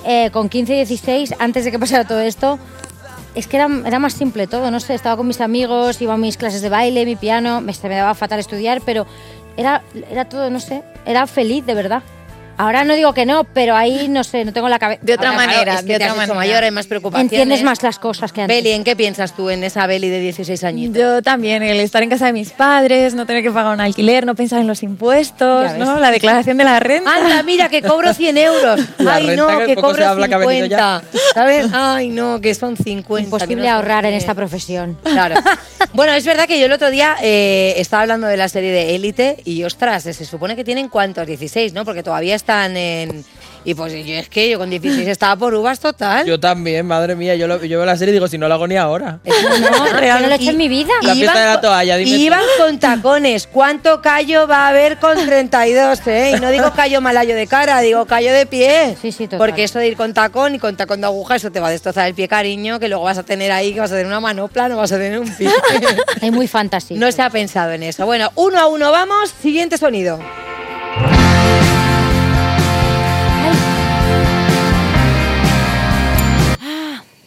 S12: eh, con 15 y 16, antes de que pasara todo esto, es que era, era más simple todo, no sé, estaba con mis amigos, iba a mis clases de baile, mi piano, me, se me daba fatal estudiar, pero era, era todo, no sé, era feliz de verdad. Ahora no digo que no, pero ahí no sé, no tengo la cabeza.
S7: De otra
S12: Ahora, claro,
S7: manera,
S12: es que
S7: de
S12: te
S7: otra
S12: has hecho
S7: manera.
S3: Mayor, hay más preocupaciones.
S12: Entiendes más las cosas que antes.
S3: Beli, ¿en qué piensas tú en esa Beli de 16 añitos?
S7: Yo también, el estar en casa de mis padres, no tener que pagar un alquiler, no pensar en los
S3: Ya
S7: impuestos,
S3: ves.
S7: ¿no? La declaración de la renta.
S3: Anda, mira, que cobro 100 euros.
S7: La
S3: Ay,
S7: renta
S3: no,
S7: que
S3: que
S7: poco
S3: cobro
S7: se habla, que ha venido
S3: 50. ¿Sabes? Ah. Ay, no, que son 50. que no
S12: Imposible
S3: sé
S12: ahorrar en
S3: qué.
S12: esta profesión.
S3: Claro. Bueno, es verdad que yo el otro día eh, estaba hablando de la serie de Élite y ostras, se supone que tienen cuántos, 16, ¿no? Porque todavía están en. Y pues yo es que yo con 16 estaba por uvas total.
S4: Yo también, madre mía. Yo, lo- yo veo la serie y digo, si no lo hago ni ahora.
S12: No, yo no lo he hecho en mi vida.
S4: Ah, La fiesta de la
S3: con-
S4: toalla, dime tú.
S3: iban con tacones. ¿Cuánto callo va a haber con 32? Eh? Y no digo callo malayo de cara, digo callo de pie.
S12: Sí, sí, total.
S3: Porque eso de ir con tacón y con tacón de aguja, eso te va a destrozar el pie, cariño, que luego vas a tener ahí, que vas a tener una manopla, no vas a tener un pie.
S12: Es muy fantasía.
S3: no se ha pensado en eso. Bueno, uno a uno vamos. Siguiente sonido.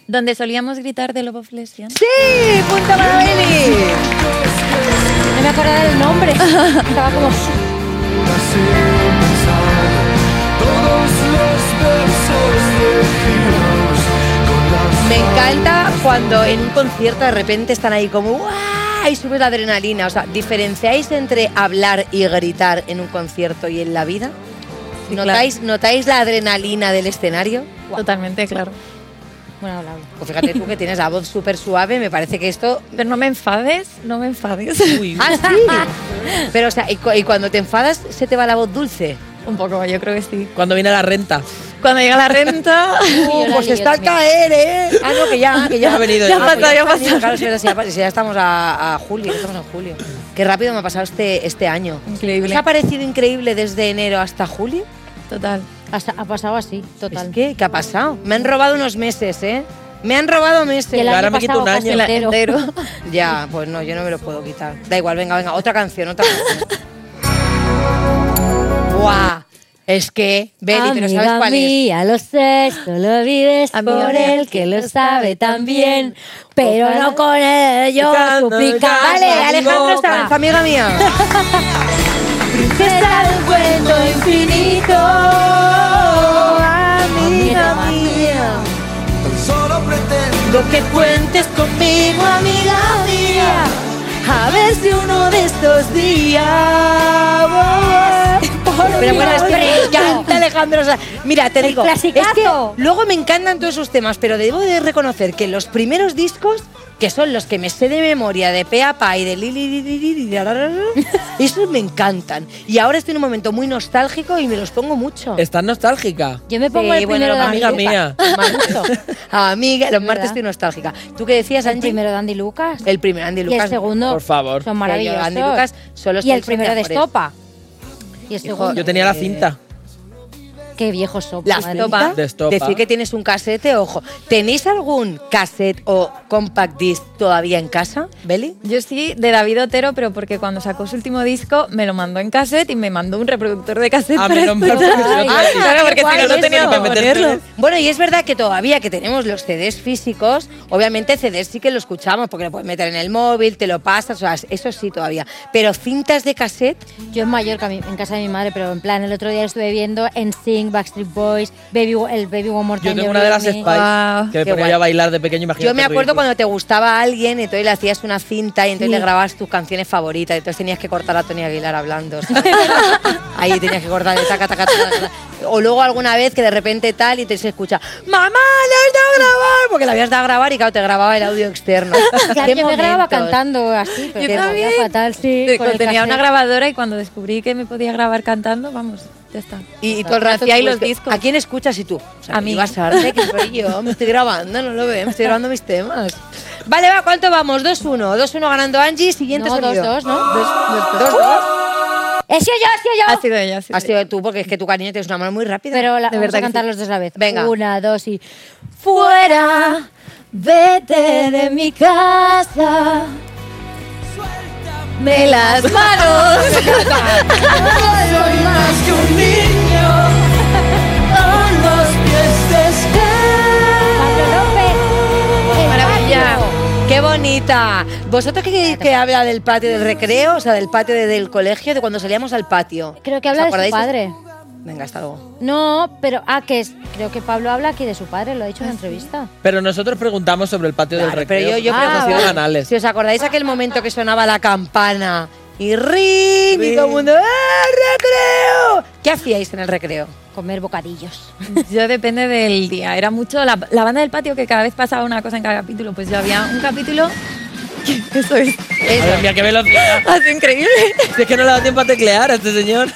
S7: Donde solíamos gritar de Love of Lesbian.
S3: ¡Sí! ¡Punto para Beli!
S12: No me acordaba del nombre. Estaba como.
S3: Me encanta cuando en un concierto de repente están ahí como ¡guau! y sube la adrenalina. O sea, ¿diferenciáis entre hablar y gritar en un concierto y en la vida? ¿Notáis, ¿Notáis la adrenalina del escenario?
S7: Totalmente, claro.
S12: Bueno, habla, habla.
S3: Pues fíjate tú que tienes la voz súper suave, me parece que esto...
S7: Pero no me enfades, no me enfades.
S3: ¡Ah, sí! Pero, o sea, y, cu- y cuando te enfadas se te va la voz dulce.
S7: Un poco, yo creo que sí.
S4: Cuando viene la renta.
S7: Cuando llega la renta.
S3: Uh, pues está al caer, ¿eh? Ah, no, que ya, que ya.
S4: Ya ha venido,
S3: ya.
S4: ya.
S3: Ah, pues
S4: Ya ha
S3: venido, Claro, si ya, si ya- si ya estamos a, a julio, ya estamos en julio. Qué rápido me ha pasado este, este año.
S7: Increíble.
S3: ¿Os ha parecido increíble desde enero hasta julio?
S7: Total.
S12: ha pasado así, total.
S3: ¿Qué? ¿Qué ha pasado? Me han robado unos meses, ¿eh? Me han robado meses.
S12: Y el Yo año ahora me quito pasado un año. casi entero.
S3: ya, pues no, yo no me lo puedo quitar. Da igual, venga, venga, otra canción, otra canción. ¡Buah! Es que, Beli, tú no sabes
S12: Amiga
S3: cuál es.
S12: mía, lo sé, solo vives
S3: Amiga
S12: por
S3: mía.
S12: el que lo sabe tan bien, pero no con él yo
S3: Picando
S12: suplica.
S3: en Vale, casa, Alejandro boca. Sanz, amiga mía.
S12: Princesa de un cuento infinito,
S13: amiga
S12: mía.
S13: Tan solo pretendo
S12: Lo que cuentes conmigo, amiga mía, a ver si uno de estos días
S3: Pero bueno, es que me encanta Alejandro Sanz. Mira, te
S12: El
S3: digo, es que
S12: clasicazo.
S3: luego me encantan todos sus temas, pero debo de reconocer que los primeros discos, que son los que me sé de memoria, de Peapa y de Lili, li, li, li, li, la, la, la, la, esos me encantan. Y ahora estoy en un momento muy nostálgico y me los pongo mucho.
S4: Estás nostálgica.
S12: Yo me pongo
S3: Sí,
S12: el
S3: bueno,
S12: primero
S3: lo
S12: de
S4: Amiga
S12: Andy
S4: mía.
S3: Amiga, los martes
S12: ¿Verdad?
S3: estoy nostálgica. ¿Tú qué decías,
S12: El
S3: Angie?
S12: primero de Andy Lucas.
S3: El primer Andy
S12: Y
S3: Lucas.
S12: el segundo.
S4: Por favor.
S12: Son
S3: Que yo,
S12: maravillosos.
S3: Andy Lucas, solo
S12: y el
S3: son
S12: primero de
S3: soñadores.
S12: Estopa. Y el segundo.
S4: Yo tenía la cinta.
S12: Qué viejo ¿eh? Sopa.
S3: La
S12: madre
S3: estopa,
S12: mía.
S4: De estopa.
S3: decir que tienes un casete, ojo. ¿Tenéis algún cassette o compact disc todavía en casa, Beli?
S7: Yo sí, de David Otero, pero porque cuando sacó su último disco me lo mandó en cassette y me mandó un reproductor de cassette.
S4: Ah,
S7: para
S4: menos mal,
S7: escuchar.
S4: porque si
S3: Ah,
S4: no,
S7: Ay,
S4: claro,
S7: claro, porque
S4: guay
S7: si no, no
S4: eso,
S7: tenía
S4: para
S7: dónde
S4: meterte
S7: ponerlo.
S3: Bueno, y es verdad que todavía que tenemos los CDs físicos, obviamente CDs sí que lo escuchamos porque lo puedes meter en el móvil, te lo pasas, o sea, eso sí todavía. Pero cintas de cassette,
S12: Yo en Mallorca, mi- en casa de mi madre, pero en plan, el otro día estuve viendo en Sing, Backstreet Boys, Baby, el Baby One More Time.
S4: Yo tengo una de las
S12: Britney.
S4: Spice
S3: Guau,
S4: que me
S3: qué
S4: ponía
S3: guay.
S4: Ah, yo a bailar de pequeño. Imagínate
S3: yo me
S4: el
S3: acuerdo
S4: ridículo.
S3: cuando te gustaba a alguien, entonces le hacías una cinta y entonces
S12: Sí.
S3: le grababas tus canciones favoritas, entonces tenías que cortar a Tony Aguilar hablando. ¿sabes? Ahí tenías que cortar el taca, taca, taca, taca. O luego alguna vez que de repente tal y te se escucha, ¡Mamá, le has dado a grabar! Porque le habías dado a grabar y claro, te grababa el audio externo.
S12: Claro,
S3: ¡Qué
S12: yo me grababa
S3: momentos!
S12: cantando así, pero
S7: Yo
S12: me movía
S7: también.
S12: fatal, sí.
S7: Sí,
S12: con el
S7: tenía una
S12: cassette.
S7: grabadora y cuando descubrí que me podía grabar cantando, vamos, ya está.
S3: Y, y todo el
S7: Rato
S3: rato,
S7: hacía ahí
S3: pues,
S7: los discos.
S3: ¿A quién escuchas y tú? O sea,
S7: A
S3: que
S7: mí.
S3: ibas a arte, que soy yo, me estoy grabando, no lo veo, me estoy grabando mis temas. Vale, va, ¿cuánto vamos? 2-1, 2-1 ganando Angie, siguiente
S12: No,
S3: sonido.
S12: dos, dos, ¿no?
S3: Dos, dos, dos, dos.
S12: He sido yo, he sido yo.
S7: Ha sido ella, ha sido
S3: Has sido tú, porque es que tu cariño tienes una mano muy rápida.
S12: Pero la,
S7: De
S12: vamos
S7: verdad
S12: a
S7: que
S12: cantar
S7: sí.
S12: los dos a la vez.
S3: Venga.
S12: Una, dos y. Fuera, vete de mi casa. Me las manos.
S13: Soy más que un niño a los pies de
S3: Maravilla. ¡Qué bonita! ¿Vosotros qué queréis que habla del patio del recreo? O sea, del patio de- del colegio, de cuando salíamos al patio.
S12: Creo que
S3: ¿Os
S12: habla de su
S3: acordáis?
S12: padre.
S3: Venga, hasta luego.
S12: No, pero. Ah, que es, creo que Pablo habla aquí de su padre, lo ha
S3: Ah,
S12: dicho en la entrevista.
S4: Pero nosotros preguntamos sobre el patio del
S3: Claro,
S4: recreo.
S3: pero yo- yo
S4: porque
S3: creo
S4: hemos
S3: que-
S4: sido
S3: Ah,
S4: banales.
S3: Si os acordáis aquel momento que sonaba la campana y ring y todo el mundo ¡Ah, recreo! ¿Qué hacíais en el recreo?
S12: Comer bocadillos.
S7: Yo depende del día. Era mucho la, la banda del patio que cada vez pasaba una cosa en cada capítulo. Pues yo había un capítulo que, que soy
S4: Madre mía, qué velocidad.
S7: así increíble.
S4: Si es que no le da tiempo a teclear a este señor.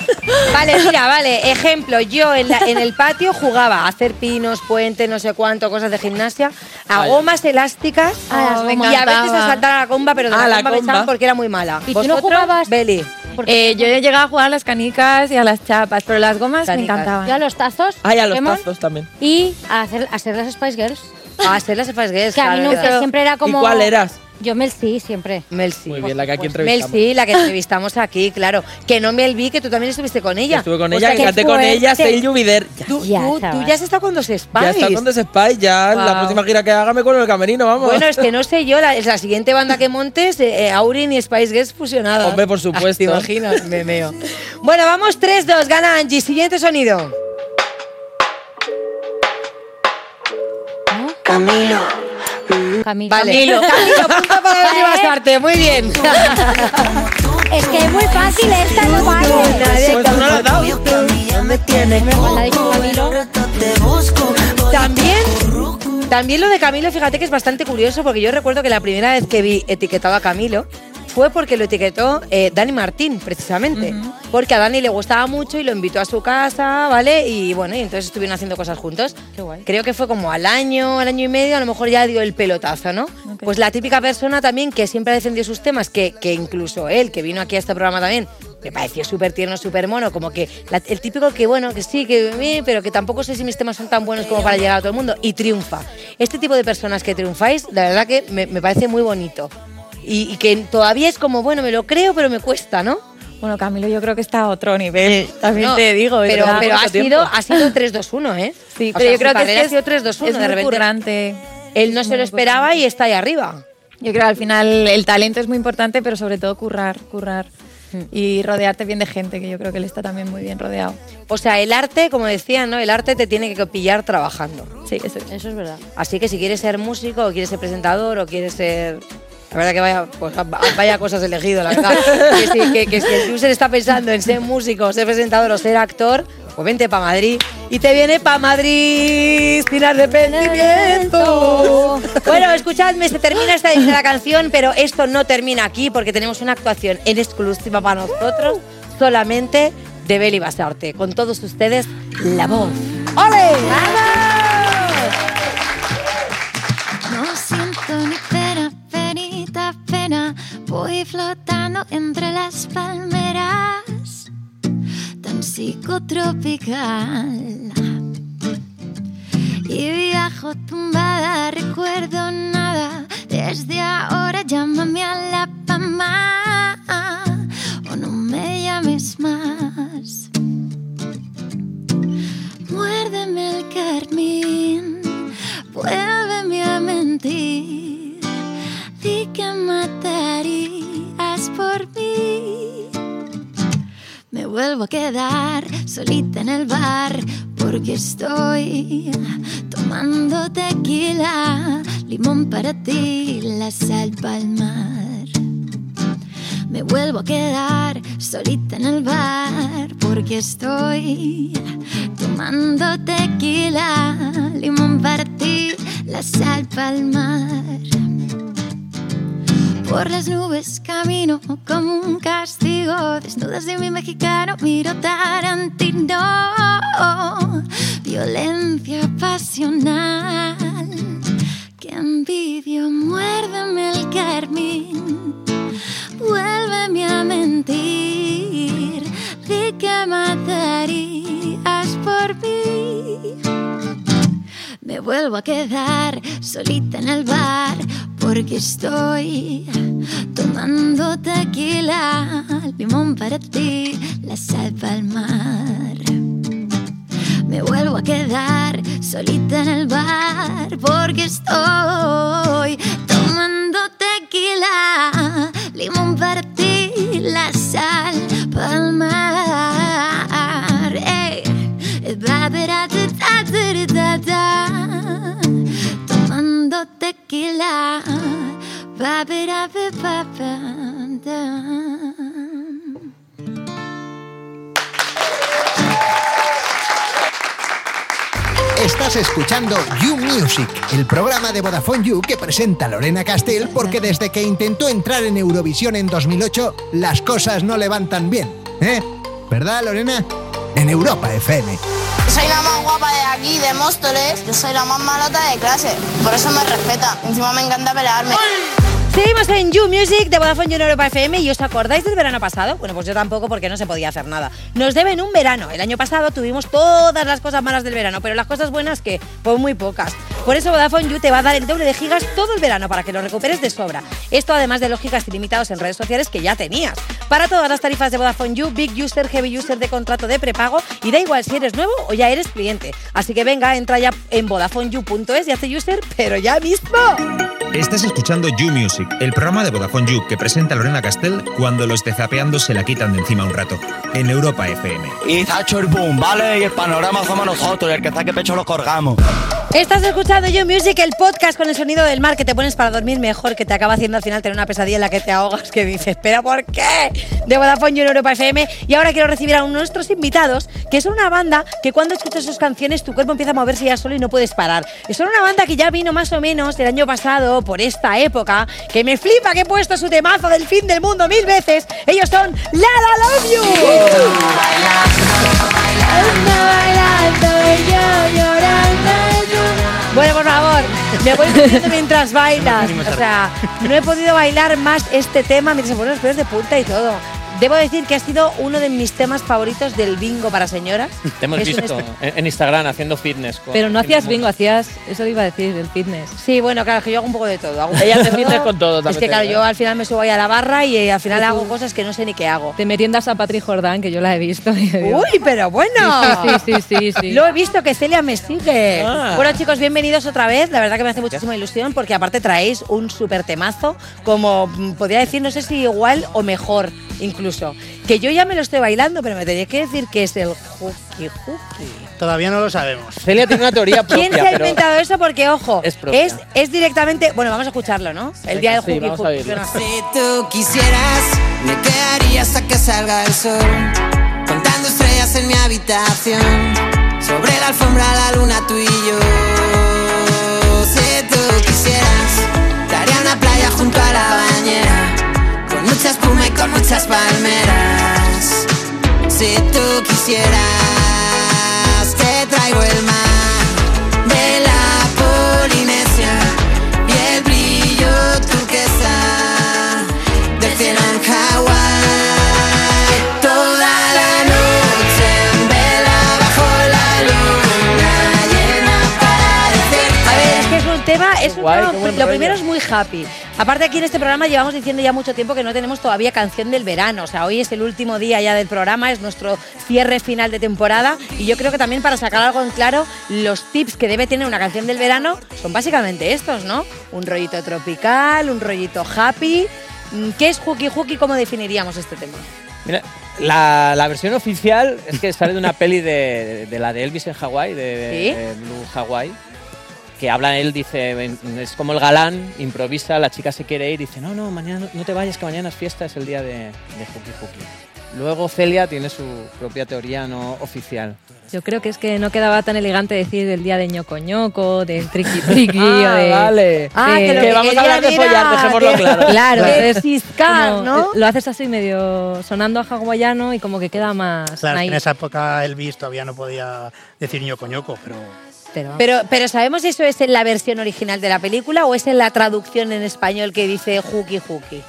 S3: Vale, mira, vale. Ejemplo, yo en, la- en el patio jugaba a hacer pinos, puentes, no sé cuánto, cosas de gimnasia, a
S4: Vaya.
S3: gomas elásticas
S7: Ah, las
S3: y
S7: gomas.
S3: a veces a saltar a la comba, pero de
S4: Ah,
S3: la,
S4: la
S3: comba, me
S4: comba.
S3: echaban porque era muy mala.
S12: ¿Y tú no jugabas?
S3: Beli.
S7: Eh, yo he llegado a jugar a las canicas y a las chapas, pero las gomas
S3: Canicas.
S7: me encantaban.
S12: Yo a los tazos.
S4: Ay, a los
S12: Pokémon,
S4: tazos también.
S12: Y a hacer, a hacer las Spice Girls.
S3: Ah, A hacer las Spice Girls,
S12: Que a mí
S3: claro,
S12: nunca,
S3: ¿verdad?
S12: siempre era como.
S4: ¿Y cuál eras?
S12: Yo Mel sí, siempre.
S3: Mel C.
S4: Muy bien, la que
S3: Mel
S4: aquí entrevistamos.
S3: sí, la que entrevistamos aquí, claro. Que no Mel B, que tú también estuviste con ella.
S4: Estuve con
S3: O sea,
S4: ella, Pues que este
S3: que
S4: canté con
S12: fuerte.
S4: ella, Sail Juvider. Ya,
S3: tú,
S12: Ya,
S3: tú- tú
S12: chaval.
S3: ya has estado con dos Spice.
S4: ya está con The Spy, ya la
S7: Guau.
S4: próxima gira que haga me cuelo en el camerino, vamos.
S3: Bueno, es que no sé yo, la, es la siguiente banda que montes, eh, eh, Aurin y Spice Girls fusionadas.
S4: Hombre, por supuesto.
S3: ¿Te imaginas? Me meo. Bueno, vamos 3-2, gana Angie. Siguiente sonido.
S13: Camilo.
S12: Camilo.
S3: Vale. Camilo, punto para Beli Basarte. Muy bien.
S12: Es que es muy fácil esta, no vale. Pues
S4: Pues tú no la has dado.
S12: La ha dicho Camilo.
S3: También, también lo de Camilo, fíjate que es bastante curioso porque yo recuerdo que la primera vez que vi etiquetado a Camilo fue porque lo etiquetó eh, Dani Martín, precisamente. Porque a Dani le gustaba mucho y lo invitó a su casa, ¿vale? Y bueno, y entonces estuvieron haciendo cosas juntos.
S7: Qué guay.
S3: Creo que fue como al año, al año y medio, a lo mejor ya dio el pelotazo, ¿no? Pues la típica persona también que siempre ha defendido sus temas, que, que incluso él, que vino aquí a este programa también, me pareció súper tierno, súper mono, como que la- el típico que, bueno, que sí, que eh, pero que tampoco sé si mis temas son tan buenos como para llegar a todo el mundo, y triunfa. Este tipo de personas que triunfáis, la verdad que me, me parece muy bonito. Y, y que todavía es como, bueno, me lo creo, pero me cuesta, ¿no?
S7: Bueno, Camilo, yo creo que está a otro nivel, también
S3: No,
S7: te digo. ¿eh? es
S3: Pero,
S7: verdad.
S3: pero ha, sido, ha sido 3-2-1, ¿eh? Sí,
S7: pero yo creo que este es que
S3: ha sido 3-2-1
S7: es
S3: de
S7: muy
S3: repente.
S7: currante.
S3: Él no se lo esperaba y está ahí arriba.
S7: Yo creo que al final el talento es muy importante, pero sobre todo currar, currar.
S3: Mm.
S7: Y rodearte bien de gente, que yo creo que él está también muy bien rodeado.
S3: O sea, el arte, como decían, ¿no? El arte te tiene que pillar trabajando.
S7: Sí, eso es.
S12: Eso es verdad.
S3: Así que si quieres ser músico, o quieres ser presentador, o quieres ser. La verdad que vaya, pues, va- vaya cosas elegido, la verdad. Que si, que- que si el user está pensando en ser músico, ser presentador o ser actor, pues vente para Madrid. Y te viene para Madrid sin arrepentimiento. Bueno, escuchadme, se termina esta edición de la canción, pero esto no termina aquí porque tenemos una actuación en exclusiva para nosotros, solamente de Beli Basarte. Con todos ustedes, la voz. ¡Ole!
S8: No siento ni pena, penita, pena. Voy flotando entre las palmeras, tan psicotropical. Y viajo tumbada, recuerdo nada. Desde ahora llámame a la pama o no me llames más. Muérdeme el carmín. Vuélveme a mentir, di que matarías por mí. Me vuelvo a quedar solita en el bar porque estoy tomando tequila, limón para ti, la sal pa'l mar. Me vuelvo a quedar solita en el bar porque estoy tomando tequila, limón para ti, la sal pa'l mar. Por las nubes camino como un castigo, desnudas de mi mexicano, miro Tarantino. Violencia pasional, que envidio, muérdeme el carmín, vuélveme a mentir, di que matarías por mí. Me vuelvo a quedar solita en el bar porque estoy tomando tequila, limón para ti, la sal pa'l mar. Me vuelvo a quedar solita en el bar porque estoy tomando tequila, limón para ti, la sal pa'l mar. Eh, Ey. Ba-ba-da-da-da-da-da-da. Tomando tequila. Ba-ba-da-ba-ba-ba-da.
S1: Estás escuchando You Music, el programa de Vodafone You que presenta Lorena Castell porque desde que intentó entrar en Eurovisión en 2008 las cosas no levantan bien, ¿eh? ¿Verdad, Lorena? En Europa FM.
S6: Yo soy la más guapa de aquí, de Móstoles. Yo soy la más malota de clase. Por eso me respeta. Encima me encanta pelearme.
S3: Seguimos en You Music de Vodafone You en Europa FM y ¿os acordáis del verano pasado? Bueno, pues yo tampoco porque no se podía hacer nada. Nos deben un verano. El año pasado tuvimos todas las cosas malas del verano, pero las cosas buenas que pues muy pocas. Por eso Vodafone You te va a dar el doble de gigas todo el verano para que lo recuperes de sobra. Esto además de los gigas ilimitados en redes sociales que ya tenías. Para todas las tarifas de Vodafone You, Big User, Heavy User de contrato de prepago y da igual si eres nuevo o ya eres cliente. Así que venga, entra ya en vodafoneyou.es y hazte user, pero ya mismo.
S10: Estás escuchando You Music, el programa de Vodafone You que presenta Lorena Castell cuando los de Zapeando se la quitan de encima un rato, en Europa FM.
S13: Y Zacho el boom, ¿vale? Y el panorama somos nosotros, y el que saque pecho lo colgamos.
S3: Estás escuchando You Music, el podcast con el sonido del mar que te pones para dormir mejor, que te acaba haciendo al final tener una pesadilla en la que te ahogas, que dices, ¿pero por qué? De Vodafone You en Europa FM. Y ahora quiero recibir a uno de nuestros invitados, que son una banda que cuando escuchas sus canciones tu cuerpo empieza a moverse ya solo y no puedes parar. Y son una banda que ya vino más o menos el año pasado, por esta época, que me flipa que he puesto su temazo del fin del mundo mil veces. Ellos son Lala Love You. Bueno, por favor, me voy poniendo mientras bailas. O sea, no he podido bailar más este tema mientras se ponen los pelos de punta y todo. Debo decir que ha sido uno de mis temas favoritos del bingo para señoras.
S14: Te hemos
S3: Es un
S14: visto en en Instagram haciendo fitness. con-
S3: Pero no hacías
S7: bingo, hacías, eso iba a decir, el fitness.
S3: Sí, bueno, claro, que yo hago un poco de todo. hago un
S14: Ella
S3: poco
S14: hace
S3: de
S14: fitness con todo
S3: Es
S14: también
S3: que
S14: te
S3: claro,
S14: digo,
S3: yo
S14: ¿eh?
S3: al final me subo ahí a la barra y eh, al final
S7: Y tú-
S3: hago cosas que no sé ni qué hago.
S7: Te meriendas a Patrick Jordán, que yo la he visto.
S3: Uy, pero bueno.
S7: Sí, sí, sí, sí.
S3: Lo he visto que Celia me sigue.
S7: Ah.
S3: Bueno, chicos, bienvenidos otra vez. La verdad que me hace muchísima ilusión porque aparte traéis un súper temazo, como mm, podría decir, no sé si igual o mejor incluso. Que yo ya me lo estoy bailando, pero me tenéis que decir que es el hooky hooky.
S15: Todavía no lo sabemos.
S14: Celia tiene una teoría
S3: ¿Quién se ha inventado eso? Porque, ojo,
S15: Es
S3: es,
S15: propia.
S3: es, directamente. Bueno, vamos a escucharlo, ¿no? El día del
S15: Sí,
S3: hooky
S15: vamos a
S3: hooky.
S15: oírlo.
S16: Si tú quisieras, me quedaría hasta que salga el sol. Contando estrellas en mi habitación. Sobre la alfombra, la luna, tú y yo. Si tú quisieras, te haría una playa junto a la bañera. Con mucha espuma y con muchas palmeras. Si tú quisieras, te traigo el mar de la Polinesia y el brillo turquesa del cielo en Hawái. Toda la noche en vela bajo la luna llena
S3: A ver, es que es un tema, es un
S16: Guay,
S3: tema-
S16: qué buen
S3: lo
S16: rollo.
S3: primero es muy happy. Aparte aquí en este programa llevamos diciendo ya mucho tiempo que no tenemos todavía canción del verano, o sea, hoy es el último día ya del programa, es nuestro cierre final de temporada y yo creo que también para sacar algo en claro, los tips que debe tener una canción del verano son básicamente estos, ¿no? Un rollito tropical, un rollito happy. Mm, ¿Qué es hooky hooky? ¿Cómo definiríamos este tema?
S14: Mira, la, la versión oficial es que sale de una peli de, de la de Elvis en Hawái, de,
S3: ¿Sí?
S14: de Blue Hawaii, que habla él, dice, es como el galán, improvisa, la chica se quiere ir, dice, no, no, mañana no- no te vayas, que mañana es fiesta, es el día de, de Hooky Hooky. Luego Celia tiene su propia teoría no oficial.
S7: Yo creo que es que no quedaba tan elegante decir del día de ñoco ñoco, del triqui triqui
S14: Ah,
S7: o de...
S14: vale.
S3: Ah, que lo que
S14: vamos a
S3: quería
S14: hablar de
S3: era
S14: follar, dejémoslo
S7: que-
S14: claro.
S7: Claro,
S14: Vale.
S7: entonces,
S3: ciscar,
S7: como eh,
S3: ¿no?
S7: Lo haces así medio sonando a hawaiano y como que queda más
S15: Claro, es que
S7: ahí.
S15: en esa época Elvis todavía no podía decir ñoco ñoco, pero
S7: Pero,
S3: Pero, pero ¿sabemos si eso es en la versión original de la película o es en la traducción en español que dice hooky hooky?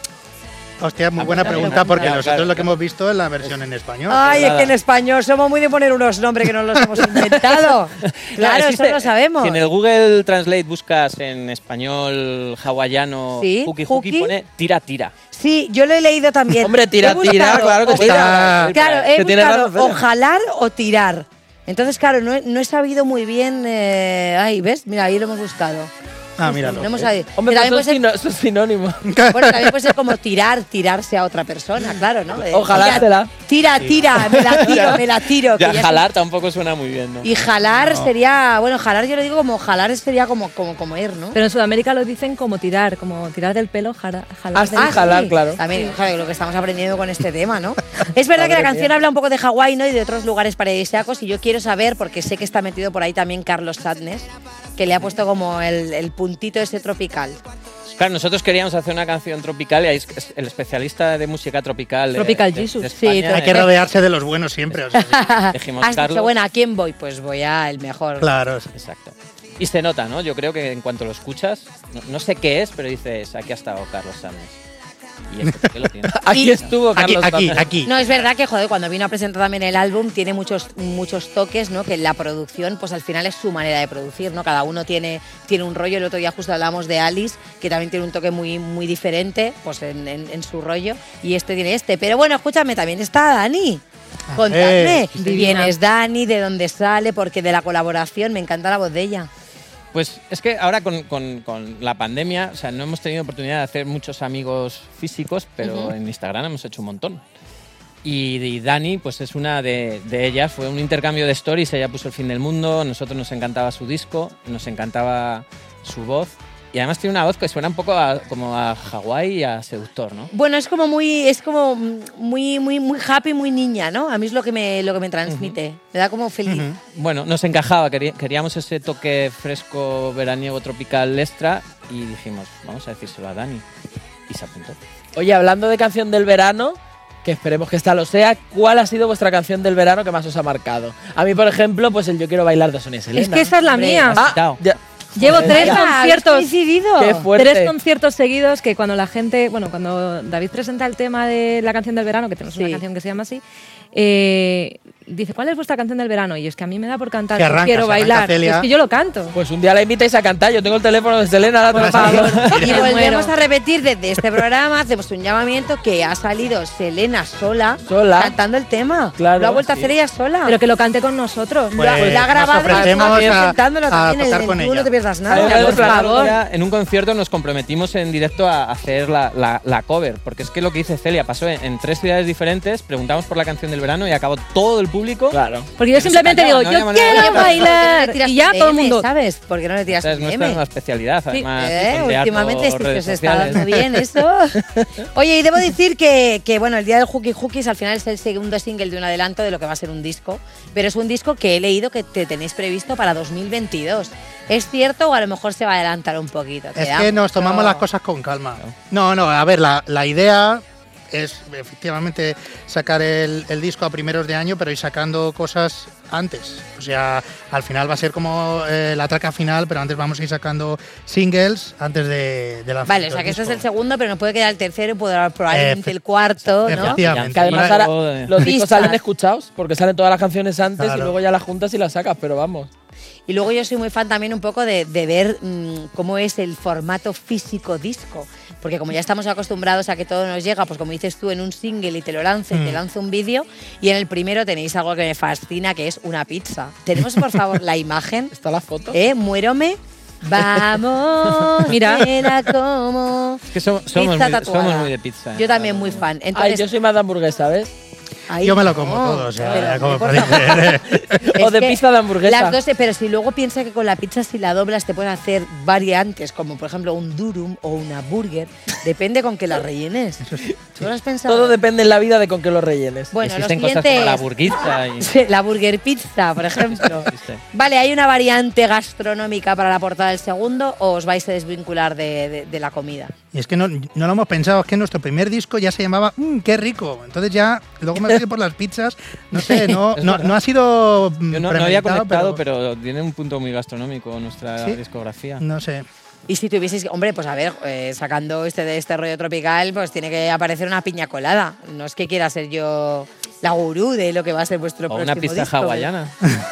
S15: hostia, muy buena
S3: Apunta,
S15: pregunta porque
S14: Ah, claro,
S15: nosotros
S14: claro,
S15: lo que hemos visto es la versión en español.
S3: Ay, es que en español somos muy de poner unos nombres que no los hemos inventado. claro, eso
S14: existe-
S3: lo sabemos.
S14: Si en el Google Translate buscas en español hawaiano
S3: Sí,
S14: Hooky Hooky,
S3: hooky.
S14: pone tira, tira.
S3: Sí, yo lo he leído también.
S14: Hombre, tira,
S3: He buscado
S14: tira, claro que
S3: o-
S14: tira.
S3: Claro, he
S14: Que tiene
S3: buscado
S14: razón, Celia.
S3: o jalar o tirar. Entonces, claro, no he, no he sabido muy bien. eh, ay, ¿ves? Mira, ahí lo hemos buscado.
S15: Ah, míralo.
S3: No hemos sabido.
S4: Hombre,
S3: Que
S4: pero
S3: también
S4: eso es sino- eso es sinónimo.
S3: Bueno, también puede ser como tirar, tirarse a otra persona, claro, ¿no? Eh,
S14: Ojalá
S3: tira,
S14: te la-
S3: Tira,
S14: Sí.
S3: tira, me la tiro, me la tiro. que
S14: Ya,
S3: ya es un
S14: jalar tampoco suena muy bien, ¿no?
S3: Y jalar
S14: No.
S3: sería, bueno, jalar yo lo digo como jalar sería como como como ir, ¿no?
S7: pero en Sudamérica lo dicen como tirar, como tirar del pelo, jara- jalar. del-
S3: También, joder, lo que estamos aprendiendo con este tema, ¿no? Es verdad que
S7: Madre
S3: la canción
S7: mía.
S3: habla un poco de Hawái, ¿no? Y de otros lugares paradisíacos y yo quiero saber porque sé que está metido por ahí también Carlos Sadness, que le ha puesto como el, el puntito ese tropical.
S14: Claro, nosotros queríamos hacer una canción tropical y ahí es- es el especialista de música tropical. de-
S3: Tropical
S14: de-
S3: Jesus.
S14: de
S3: Sí,
S14: España,
S15: Hay que
S14: eh,
S15: rodearse de los buenos siempre. o sea,
S14: dijimos,
S3: Has dicho,
S14: Carlos.
S3: bueno, ¿a quién voy? Pues voy a el mejor.
S15: claro.
S14: Exacto. Y se nota, ¿no? Yo creo que en cuanto lo escuchas, no, no sé qué es, pero dices, aquí ha estado Carlos Sánchez. Y esto, ¿por qué lo tienes?
S15: Aquí estuvo Aquí, Carlos aquí, Sánchez. aquí.
S3: No, es verdad que, joder, cuando vino a presentar también el álbum, tiene muchos, muchos toques, ¿no? Que la producción, pues al final es su manera de producir, ¿no? Cada uno tiene, tiene un rollo. El otro día justo hablábamos de Alice, que también tiene un toque muy, muy diferente, pues en, en- en su rollo. Y este tiene este. Pero bueno, escúchame, también está Dani. Contadme,
S14: ver, sí,
S3: ¿quién
S14: señora.
S3: es Dani? ¿De dónde sale? Porque de la colaboración me encanta la voz de ella.
S14: Pues es que ahora con, con- con la pandemia, o sea, no hemos tenido oportunidad de hacer muchos amigos físicos, pero
S3: Ujú.
S14: en Instagram hemos hecho un montón. Y, y Dani, pues es una de, de ellas. Fue un intercambio de stories. Ella puso el fin del mundo. a Nosotros nos encantaba su disco, nos encantaba su voz. Y además tiene una voz que suena un poco a- como a Hawái y a seductor, ¿no?
S3: Bueno, es como muy, es como muy, muy, muy happy, muy niña, ¿no? A mí es lo que me, lo que me transmite. Me da como feliz.
S14: Bueno, nos encajaba, queri- queríamos ese toque fresco, veraniego, tropical, extra y dijimos, vamos a decírselo a Dani. Y se apuntó.
S4: Oye, hablando de canción del verano, que esperemos que esta lo sea, ¿cuál ha sido vuestra canción del verano que más os ha marcado? A mí, por ejemplo, pues el Yo quiero bailar de Sonia
S7: Es
S4: Selena.
S7: que esa es la
S4: Hombre,
S7: mía. Ah,
S4: has quitado. Ya-
S7: Llevo
S4: Joder,
S7: tres
S4: vaya.
S7: conciertos.
S4: Qué fuerte.
S17: Tres conciertos seguidos que cuando la gente, bueno, cuando David presenta el tema de la canción del verano, que tenemos una
S7: Sí.
S17: canción que se llama así, eh, dice, ¿cuál es vuestra canción del verano? Y es que a mí me da por cantar,
S4: Se arranca,
S17: quiero
S4: se arranca,
S17: bailar. Y
S4: Celia.
S17: es que yo lo canto.
S4: Pues un día la invitáis a cantar. Yo tengo el teléfono de Selena, la tengo pagado.
S3: Y volvemos a repetir desde este programa, hacemos un llamamiento que ha salido Selena sola,
S4: Sola.
S3: cantando el tema.
S4: Claro,
S3: lo ha vuelto a
S4: sí.
S3: hacer ella sola.
S17: Pero que lo cante con nosotros.
S3: Lo ha-
S14: Pues
S3: lo ha
S14: nos
S3: grabado y
S14: ofrecemos
S3: está
S14: a-
S3: presentándolo
S14: ah, a
S3: también en
S14: tocar
S3: el-
S14: con
S3: tú
S14: ella.
S3: No te pierdas nada.
S14: Además,
S3: por
S14: nosotros
S3: favor.
S14: ahora En un concierto nos comprometimos en directo a hacer la, la- la cover, porque es que lo que dice Celia pasó en, en tres ciudades diferentes, preguntamos por la canción del verano y acabó todo el público. Claro.
S17: Porque yo simplemente digo, yo quiero bailar. Y ya todo el mundo.
S3: ¿Sabes? ¿Por qué no le tiras
S14: Esa es nuestra nueva especialidad, además.
S3: Eh,
S14: sondear
S3: últimamente sí
S14: por
S3: que
S14: redes
S3: se está
S14: sociales.
S3: dando bien eso. Oye, y debo decir que, que, bueno, el día del Hooky Hookies al final es el segundo single de un adelanto de lo que va a ser un disco, pero es un disco que he leído que te tenéis previsto para 2022. ¿Es cierto o a lo mejor se va a adelantar un poquito?
S15: Es
S3: Queda
S15: que nos tomamos
S3: mucho-
S15: las cosas con calma. No, no, a ver, la, la idea es efectivamente sacar el, el disco a primeros de año, pero ir sacando cosas antes. O sea, al final va a ser como eh, la traca final, pero antes vamos a ir sacando singles antes de, de lanzar.
S3: Vale, o
S15: todo
S3: sea que este es
S15: disco.
S3: el segundo, pero no puede quedar el tercero, puede dar probablemente
S15: Efe-
S3: el cuarto, ¿no?
S15: efectivamente.
S4: Que además
S15: Bueno,
S4: ahora los discos
S3: Pistas.
S4: salen escuchados, porque salen todas las canciones antes y
S15: Claro.
S4: luego ya las juntas y las sacas, pero vamos.
S3: Y luego yo soy muy fan también un poco de, de ver mm, cómo es el formato físico disco. Porque como ya estamos acostumbrados a que todo nos llega, pues como dices tú, en un single y te lo lanzo y te
S17: Mm.
S3: lanzo un vídeo. Y en el primero tenéis algo que me fascina, que es una pizza. Tenemos, por favor, la imagen.
S4: Está la foto.
S3: ¿Eh? Muérome. Vamos,
S17: Mira.
S3: nena, como.
S14: Es que som- somos,
S3: Pizza
S14: muy, de- somos
S3: tatuada.
S14: muy de pizza. ¿eh?
S3: Yo también muy fan.
S4: Ay,
S3: Entonces,
S4: yo soy más de hamburguesa, ¿ves?
S3: Ay, Yo me lo como no, todo,
S15: o sea, pero como
S4: O de
S3: que
S4: pizza de hamburguesa.
S3: Las dos, pero si luego piensa que con la pizza, si la doblas, te puedes hacer variantes, como por ejemplo un durum o una burger. Depende con que la rellenes. ¿Tú lo has pensado?
S4: Todo depende en la vida de con qué lo rellenes.
S3: Bueno, Existen lo cosas como siguiente la es-
S14: burguita y...
S3: Sí, La burger pizza, por ejemplo. Vale, ¿hay una variante gastronómica para la portada del segundo o os vais a desvincular de, de- de la comida?
S15: Y es que no, no lo hemos pensado, es que nuestro primer disco ya se llamaba Mmm, qué rico. Entonces ya, luego me fui por las pizzas, no sé, no,
S14: Es
S15: no,
S14: verdad.
S15: no ha sido. mm,
S14: Yo no, no había
S15: premeditado,
S14: conectado, pero... tiene un punto muy gastronómico nuestra
S15: Sí.
S14: discografía.
S15: No sé.
S3: Y si tuvieseis, hombre, pues a ver, eh, sacando este de este rollo tropical, pues tiene que aparecer una piña colada. No es que quiera ser yo la gurú de lo que va a ser vuestro
S14: O
S3: próximo
S14: una pizza
S3: disco. ¿eh?
S14: hawaiana.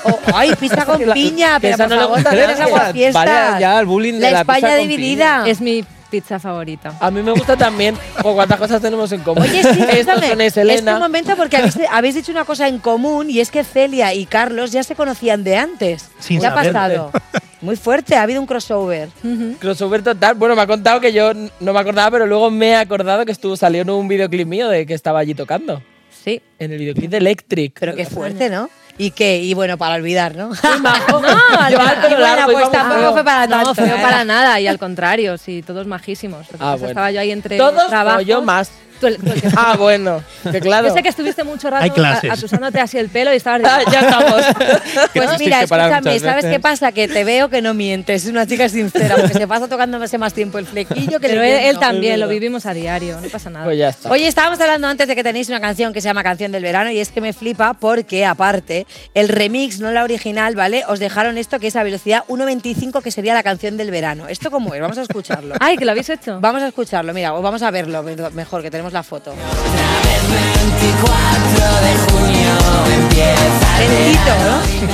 S3: O- ay, pizza con
S14: Que la-
S3: piña,
S14: que
S3: pero
S14: esa
S3: por
S14: no le
S3: favor,
S14: gusta a
S3: también es
S14: nadie.
S3: aguafiestas.
S14: Vaya ya el bullying de la pizza
S3: España
S14: con
S3: dividida.
S17: Es mi pizza favorita.
S4: A mí me gusta también jo, cuántas cosas tenemos en común.
S3: Oye, sí,
S4: Estos
S3: escúchame,
S4: son
S3: es un
S4: Elena.
S3: momento porque habéis, habéis dicho una cosa en común y es que Celia y Carlos ya se conocían de antes.
S4: Sin
S3: ¿Qué ha
S4: saberte.
S3: pasado? Muy fuerte, ha habido un crossover.
S4: Crossover total. Bueno, me ha contado que yo n- no me acordaba, pero luego me he acordado que estuvo salió en un videoclip mío de que estaba allí tocando.
S17: Sí.
S4: En el videoclip de Electric.
S3: Pero qué fuerte, ¿no? Y qué, y bueno, para olvidar, ¿no?
S17: No,
S3: al-
S17: al-
S3: y bueno, pues tampoco fue para tanto,
S17: No fue
S3: ¿eh?
S17: para nada, y al contrario, sí, todos majísimos. Lo que
S4: Ah,
S17: pasa
S4: bueno.
S17: Estaba yo ahí entre
S4: Todos o
S17: trabajos.
S4: yo más.
S17: Tú el- tú el que-
S4: Ah, bueno. Que claro.
S17: Yo sé que estuviste mucho
S4: Hay
S17: rato
S4: clases.
S17: a- atusándote así el pelo y estabas
S4: Ah, ya estamos.
S3: Pues mira, escúchame, ¿sabes qué pasa? Que te veo que no mientes, es una chica sincera, porque se pasa tocándose más tiempo el flequillo que
S17: Pero
S3: leyendo.
S17: él, él también, lo vivimos a diario, no pasa nada.
S4: Pues ya está.
S3: Oye, estábamos hablando antes de que tenéis una canción que se llama Canción del Verano y es que me flipa porque, aparte, el remix, no la original, ¿vale? Os dejaron esto que es a velocidad 1.25 que sería la canción del verano. ¿Esto cómo es? Vamos a escucharlo.
S17: Ay, que lo habéis hecho.
S3: Vamos a escucharlo, mira, o vamos a verlo mejor, que tenemos la foto. Lentito, ¿no?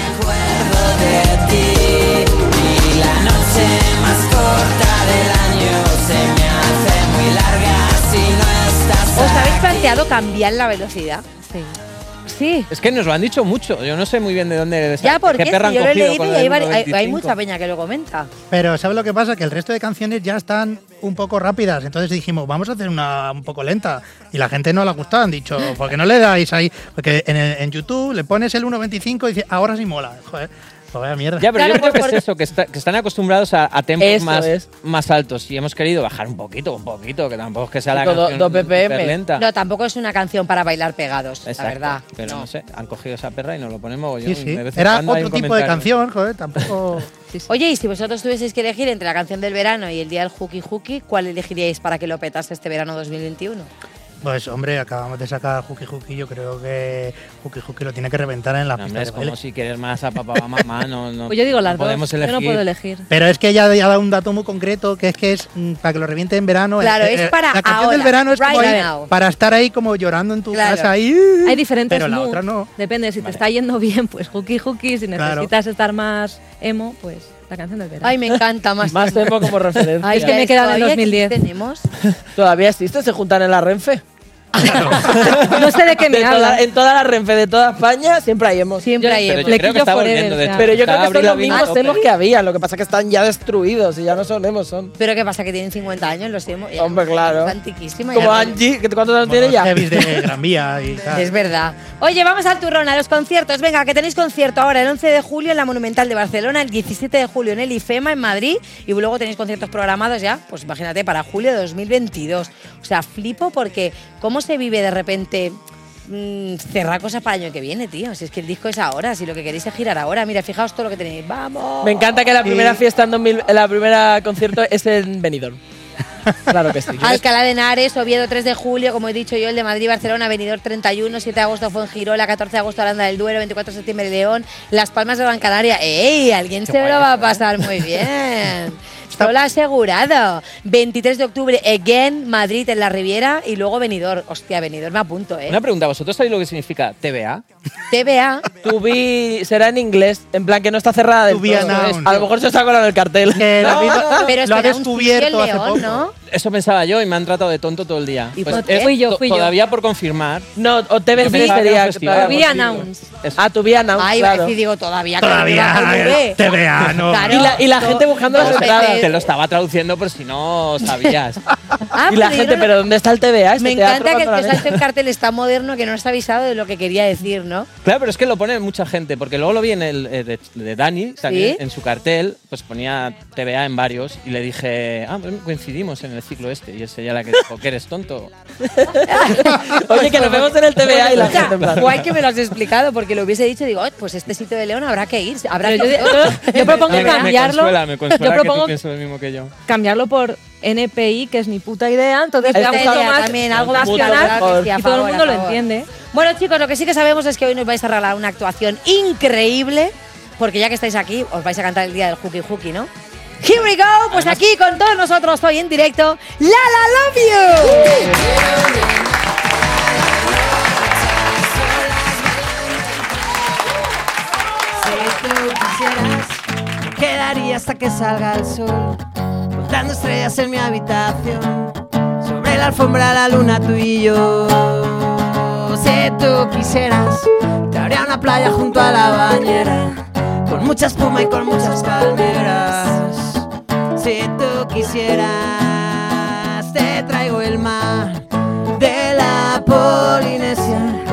S16: Y la noche más corta del año se me hace muy larga si no estás
S3: ¿Os habéis planteado cambiar la velocidad?
S17: Sí.
S3: O
S12: sí.
S14: Es que nos lo han dicho mucho. Yo no sé muy bien de dónde.
S3: Ya, porque
S14: qué perra
S3: es que yo
S14: han
S3: lo he leído
S14: cogido con
S3: y
S14: lo
S3: hay,
S14: del
S3: vari- hay- hay
S14: 95.
S3: mucha peña que lo comenta.
S15: Pero ¿sabes lo que pasa? Que el resto de canciones ya están un poco rápidas. Entonces dijimos, vamos a hacer una un poco lenta. Y la gente no le ha gustado. Han dicho, ¿por qué no le dais ahí? Porque en, el- en YouTube le pones el 1.25 y dice, ahora sí mola. Joder, pues vaya mierda.
S14: Ya, pero yo creo que es eso, que, está- que están acostumbrados a, a tempos
S15: Eso
S14: más,
S15: es.
S14: más altos y hemos querido bajar un poquito, un poquito, que tampoco es que sea la
S4: Tipo, do-
S14: canción
S4: dos BPM.
S14: súper lenta.
S3: No, tampoco es una canción para bailar pegados, la
S14: Exacto,
S3: verdad.
S14: Pero no. sé, han cogido esa perra y nos lo ponemos
S15: Sí, sí. Era otro tipo de canción, joder, tampoco.
S3: Oye, y si vosotros tuvieseis que elegir entre la canción del verano y el día del Juki Juki, ¿cuál elegiríais para que lo petase este verano 2021?
S15: Pues hombre, acabamos de sacar Juki Juki. Yo creo que Juki Juki lo tiene que reventar en la pista.
S14: Hombre, es
S15: de baile.
S14: como si quieres más a papá o a mamá, no, no-
S17: Pues yo digo las
S14: no podemos
S17: dos, yo no
S14: elegir.
S17: puedo elegir.
S15: Pero es que ella ya da un dato muy concreto, que es que es mm, para que lo reviente en verano.
S17: Claro,
S15: Eh,
S17: es
S15: eh,
S17: para
S15: La canción del
S17: ahora,
S15: verano es
S17: right
S15: como ahí,
S17: now.
S15: para estar ahí como llorando en tu
S17: Claro.
S15: casa. Ahí,
S17: Hay diferentes
S15: Pero la
S17: moods.
S15: otra no.
S17: Depende, si te está yendo bien, pues hooky hooky. Si
S15: Claro.
S17: necesitas estar más emo, pues la canción del verano.
S3: Ay, me encanta más.
S4: Más tiempo como referencia.
S17: Ay, es que me he quedado en el 2010.
S3: Tenemos.
S4: ¿Todavía existe? ¿Se juntan en la Renfe?
S17: no sé de qué me
S4: toda-
S17: hablas.
S4: En toda la Renfe de toda España siempre hay emos.
S3: Siempre
S14: hay Pero emos. yo creo que está volviendo, de hecho,
S4: Pero yo
S14: está
S4: creo que son
S14: Avril
S4: los
S3: Ah,
S14: Lavigne a
S4: mismos
S14: tope.
S4: emos que había. Lo que pasa es que están ya destruidos y ya no son emos, son.
S3: Pero ¿qué pasa? Que tienen 50 años, los hemos.
S4: Hombre, claro.
S3: Antiquísima.
S4: Como
S3: ya-
S4: Angie, que ¿cuántos años tiene ya?
S15: heavies de Gran Vía y tal.
S3: Es verdad. Oye, vamos al turrón, a los conciertos. Venga, que tenéis concierto ahora el 11 de julio en la Monumental de Barcelona, el 17 de julio en el IFEMA en Madrid y luego tenéis conciertos programados ya, pues imagínate, para julio de 2022. O sea, flipo porque cómo se vive de repente mm, cerrar cosas para el año que viene, tío. Si es que el disco es ahora, si lo que queréis es girar ahora. Mira, fijaos todo lo que tenéis. ¡Vamos!
S4: Me encanta que la
S3: Sí.
S4: primera fiesta en 2000, la primera concierto es en Benidorm. Claro que sí.
S3: Alcalá de Henares, Oviedo 3 de julio, como he dicho yo, el de Madrid, Barcelona, Benidorm 31, 7 de agosto Fuengirola, 14 de agosto Aranda del Duero, 24 de septiembre León, Las Palmas de Gran Canaria. ¡Ey! Alguien se lo va a pasar muy bien. Solo asegurado. 23 de octubre, again, Madrid en la Riviera y luego Benidorm. Hostia, Benidorm me apunto, ¿eh?
S14: Una pregunta, ¿vosotros sabéis lo que significa TBA?
S3: TBA.
S4: To be será en inglés, en plan que no está cerrada del
S14: To be
S4: todo.
S14: announced.
S4: A lo mejor se está colando el cartel.
S3: No, no, no, Ah, pero
S4: lo ha
S3: será un
S4: descubierto
S3: sitio en
S4: hace
S3: León,
S4: poco.
S3: ¿no?
S14: Eso pensaba yo y me han tratado de tonto todo el día.
S4: ¿Y
S14: Pues
S4: por qué?
S14: es
S4: Fui yo,
S14: to-
S4: fui yo.
S14: Todavía por confirmar.
S4: No, o TBC
S14: Yo pensaba que era
S4: sería.
S14: un festival. To be announced.
S4: Ah, to be announced.
S3: Ay, va a
S4: claro.
S3: decir, digo, todavía.
S14: Todavía,
S15: TBA,
S14: no.
S3: Claro.
S4: Y la, y la gente buscando las
S14: Te lo estaba-
S4: entradas.
S14: Te lo estaba traduciendo por si no sabías.
S3: Ah,
S4: y la
S3: pero yo
S4: gente,
S3: no-
S4: pero ¿dónde está el TBA? Este
S3: Me
S4: teatro
S3: encanta que
S4: cuando la
S3: el que
S4: ven.
S3: salte el cartel está moderno, que no está avisado de lo que quería decir, ¿no?
S14: Claro, pero es que lo pone mucha gente, porque luego lo vi en el eh, de, de Dani, también
S3: ¿Sí?
S14: en su cartel, pues ponía TVA en varios y le dije, ah, pues coincidimos en el ciclo este. Y es ella la que dijo, que eres tonto.
S4: Oye, que nos vemos en el TBA y la
S3: Escucha,
S4: gente en plan.
S3: Guay que me lo has explicado, porque lo hubiese dicho, digo, "Ay, pues este sitio de León habrá que ir. Habrá
S17: Pero
S3: que
S17: yo- yo- yo propongo
S14: Me-
S17: cambiarlo.
S14: Me consuela, me consuela
S17: Yo
S14: que
S17: propongo-
S14: tú pienses lo mismo que yo.
S17: Cambiarlo por NPI, que es mi puta idea. Entonces,
S3: Esta
S17: vamos
S3: idea
S17: más
S3: también, algo más
S17: nacional.
S3: popular, que sí, a
S17: y todo el
S3: favor,
S17: mundo
S3: a
S17: lo
S3: favor.
S17: entiende. ¿eh?
S3: Bueno, chicos, lo que sí que sabemos es que hoy nos vais a regalar una actuación increíble, porque ya que estáis aquí, os vais a cantar el día del Juki Juki, ¿no? Here we go, pues aquí con todos nosotros hoy en directo, La La Love You.
S16: Si tú quisieras, quedaría hasta que salga el sol, contando estrellas en mi habitación, sobre la alfombra la luna tú y yo. Si tú quisieras, te haría una playa junto a la bañera, con mucha espuma y con muchas palmeras. Si tú quisieras, te traigo el mar de la Polinesia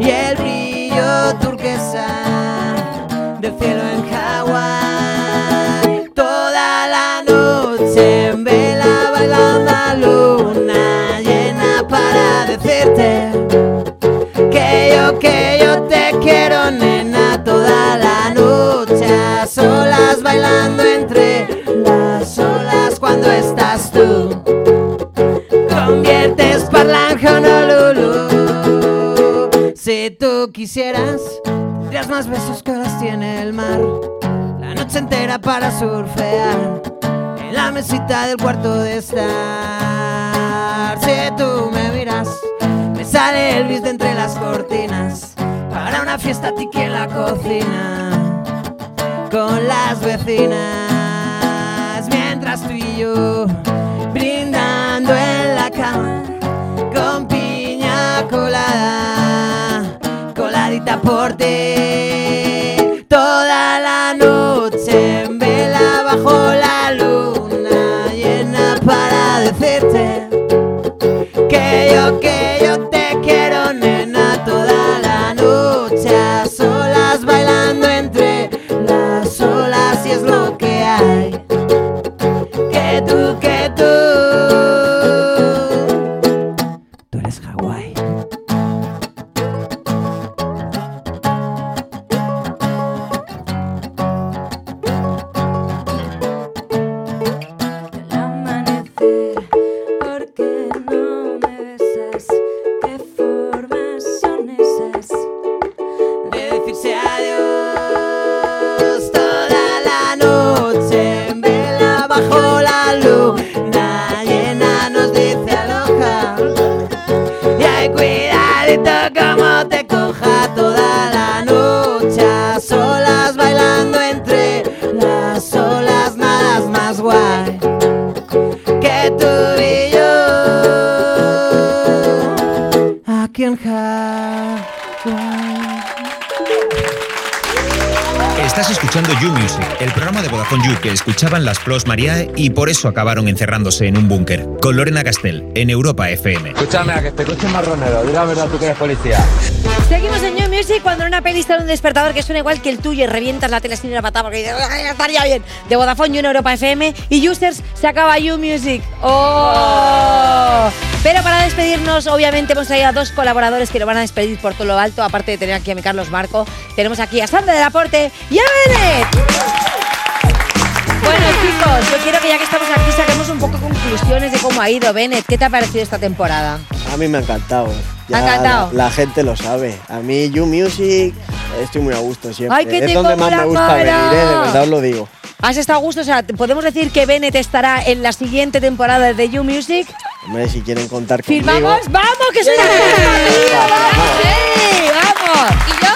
S16: y el brillo turquesa del cielo en Hawái. Toda la noche en vela bailando a luna llena para decirte que yo, que yo te quiero, nena. Toda la noche a solas bailando entre las olas cuando estás tú. Conviertes Parlange en Honolulu. Si tú quisieras, tendrías más besos que horas tiene el mar. La noche entera para surfear en la mesita del cuarto de estar. Si tú me miras, me sale Elvis de entre las cortinas. Para una fiesta a ti que en la cocina con las vecinas. Mientras tú y yo brindando en la cama con piña colada, coladita. vuelta por ti. Toda la noche en vela bajo la luna llena para decirte que yo, que yo te quiero, nena. Toda la noche a solas bailando entre las olas y es lo que hay. Que tú, que tú.
S18: ¿Qué formas son esas?
S16: de decirse adiós toda la noche en vela bajo la luna llena nos dice aloja y hay cuidadito como te coja toda la noche a solas bailando entre las olas nada es más guay que tú y yo aquí en Hawái
S10: Estás escuchando You Music, el programa de Vodafone You que escuchaban las Plos Mariae y por eso acabaron encerrándose en un búnker. Con Lorena Castel, en Europa FM.
S11: Escúchame, a que este coche es marronero. Di la verdad, tú que eres policía.
S3: Seguimos en New Music cuando en una peli está un despertador que suena igual que el tuyo y revientas la tele sin una patada porque dices, "Ay, estaría bien. De Vodafone y en Europa FM y Users se acaba You Music. ¡Oh! Pero para despedirnos, obviamente hemos traído a dos colaboradores que lo van a despedir por todo lo alto. Aparte de tener aquí a mi Carlos Marco, tenemos aquí a Sandra del Aporte y a Bennett. Bueno, chicos, yo quiero que ya que estamos aquí saquemos un poco conclusiones de cómo ha ido. Bennett, ¿qué te ha parecido esta temporada?
S19: A mí me ha encantado.
S3: ¿Te ha encantado?
S19: La, la gente lo sabe. A mí, You Music, estoy muy a gusto siempre.
S3: ¡Ay, que
S19: es
S3: te
S19: donde más
S3: como
S19: me
S3: la
S19: gusta
S3: cara!
S19: venir, ¿eh? de verdad os lo digo.
S3: ¿Has estado a gusto? O sea, ¿podemos decir que Bennett estará en la siguiente temporada de You Music?
S19: Hombre, si quieren contar conmigo.
S3: ¿Firmamos? ¡Vamos, que es una fiesta, tío! ¡Vamos! ¡Ey, vamos!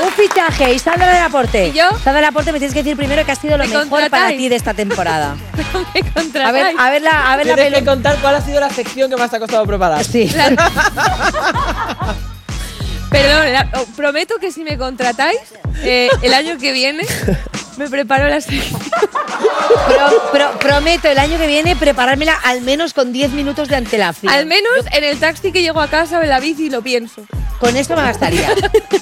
S3: Un fichaje y Sandra del Aporte. ¿Y yo? Sandra del Aporte, me tienes que decir primero que ha sido lo mejor para ti de esta temporada. a ver, a ver la, a ver la
S4: Tienes que
S3: pelu-
S4: contar cuál ha sido la sección que más te ha costado preparar.
S3: Sí.
S5: Perdón, la- oh, prometo que si me contratáis eh, el año que viene me preparo la sección.
S3: Pro- pro- prometo el año que viene preparármela al menos con 10 minutos de antelación.
S5: Al menos en el taxi que llego a casa o en la bici lo pienso.
S3: Con esto me bastaría.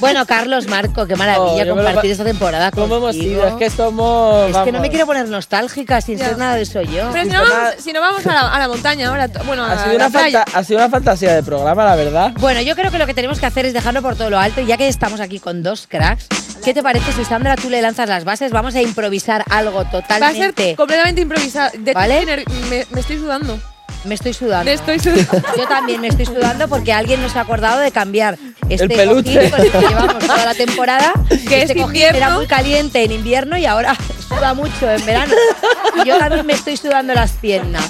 S3: bueno, Carlos, Marco, qué maravilla
S4: Oh, yo me lo
S3: compartir
S4: pa-
S3: esta temporada
S4: ¿Cómo hemos
S3: contigo.
S4: sido? Es que somos.
S3: Es que no
S4: vamos.
S3: me quiero poner nostálgica sin
S5: Ya.
S3: ser nada de eso yo.
S5: Pero si no vamos, si no vamos a, la, a la montaña ahora, t- bueno, a
S4: Ha sido,
S5: la
S4: una
S5: playa.
S4: fanta- ha sido una fantasía de programa, la verdad.
S3: Bueno, yo creo que lo que tenemos que hacer es dejarlo por todo lo alto, y ya que estamos aquí con dos cracks. ¿Qué te parece si Sandra tú le lanzas las bases? Vamos a improvisar algo
S5: Va a ser
S3: totalmente.
S5: completamente improvisado. De-
S3: ¿Vale?
S5: Me, me estoy sudando.
S3: Me estoy sudando.
S5: Me estoy sudando.
S3: Yo también me estoy sudando porque alguien nos ha acordado de cambiar este cojín
S5: peluche.
S3: con el que llevamos toda la temporada.
S5: Que
S3: este
S5: es
S3: cojín
S5: invierno.
S3: era muy caliente en invierno y ahora suda mucho en verano. Y yo también me estoy sudando las piernas.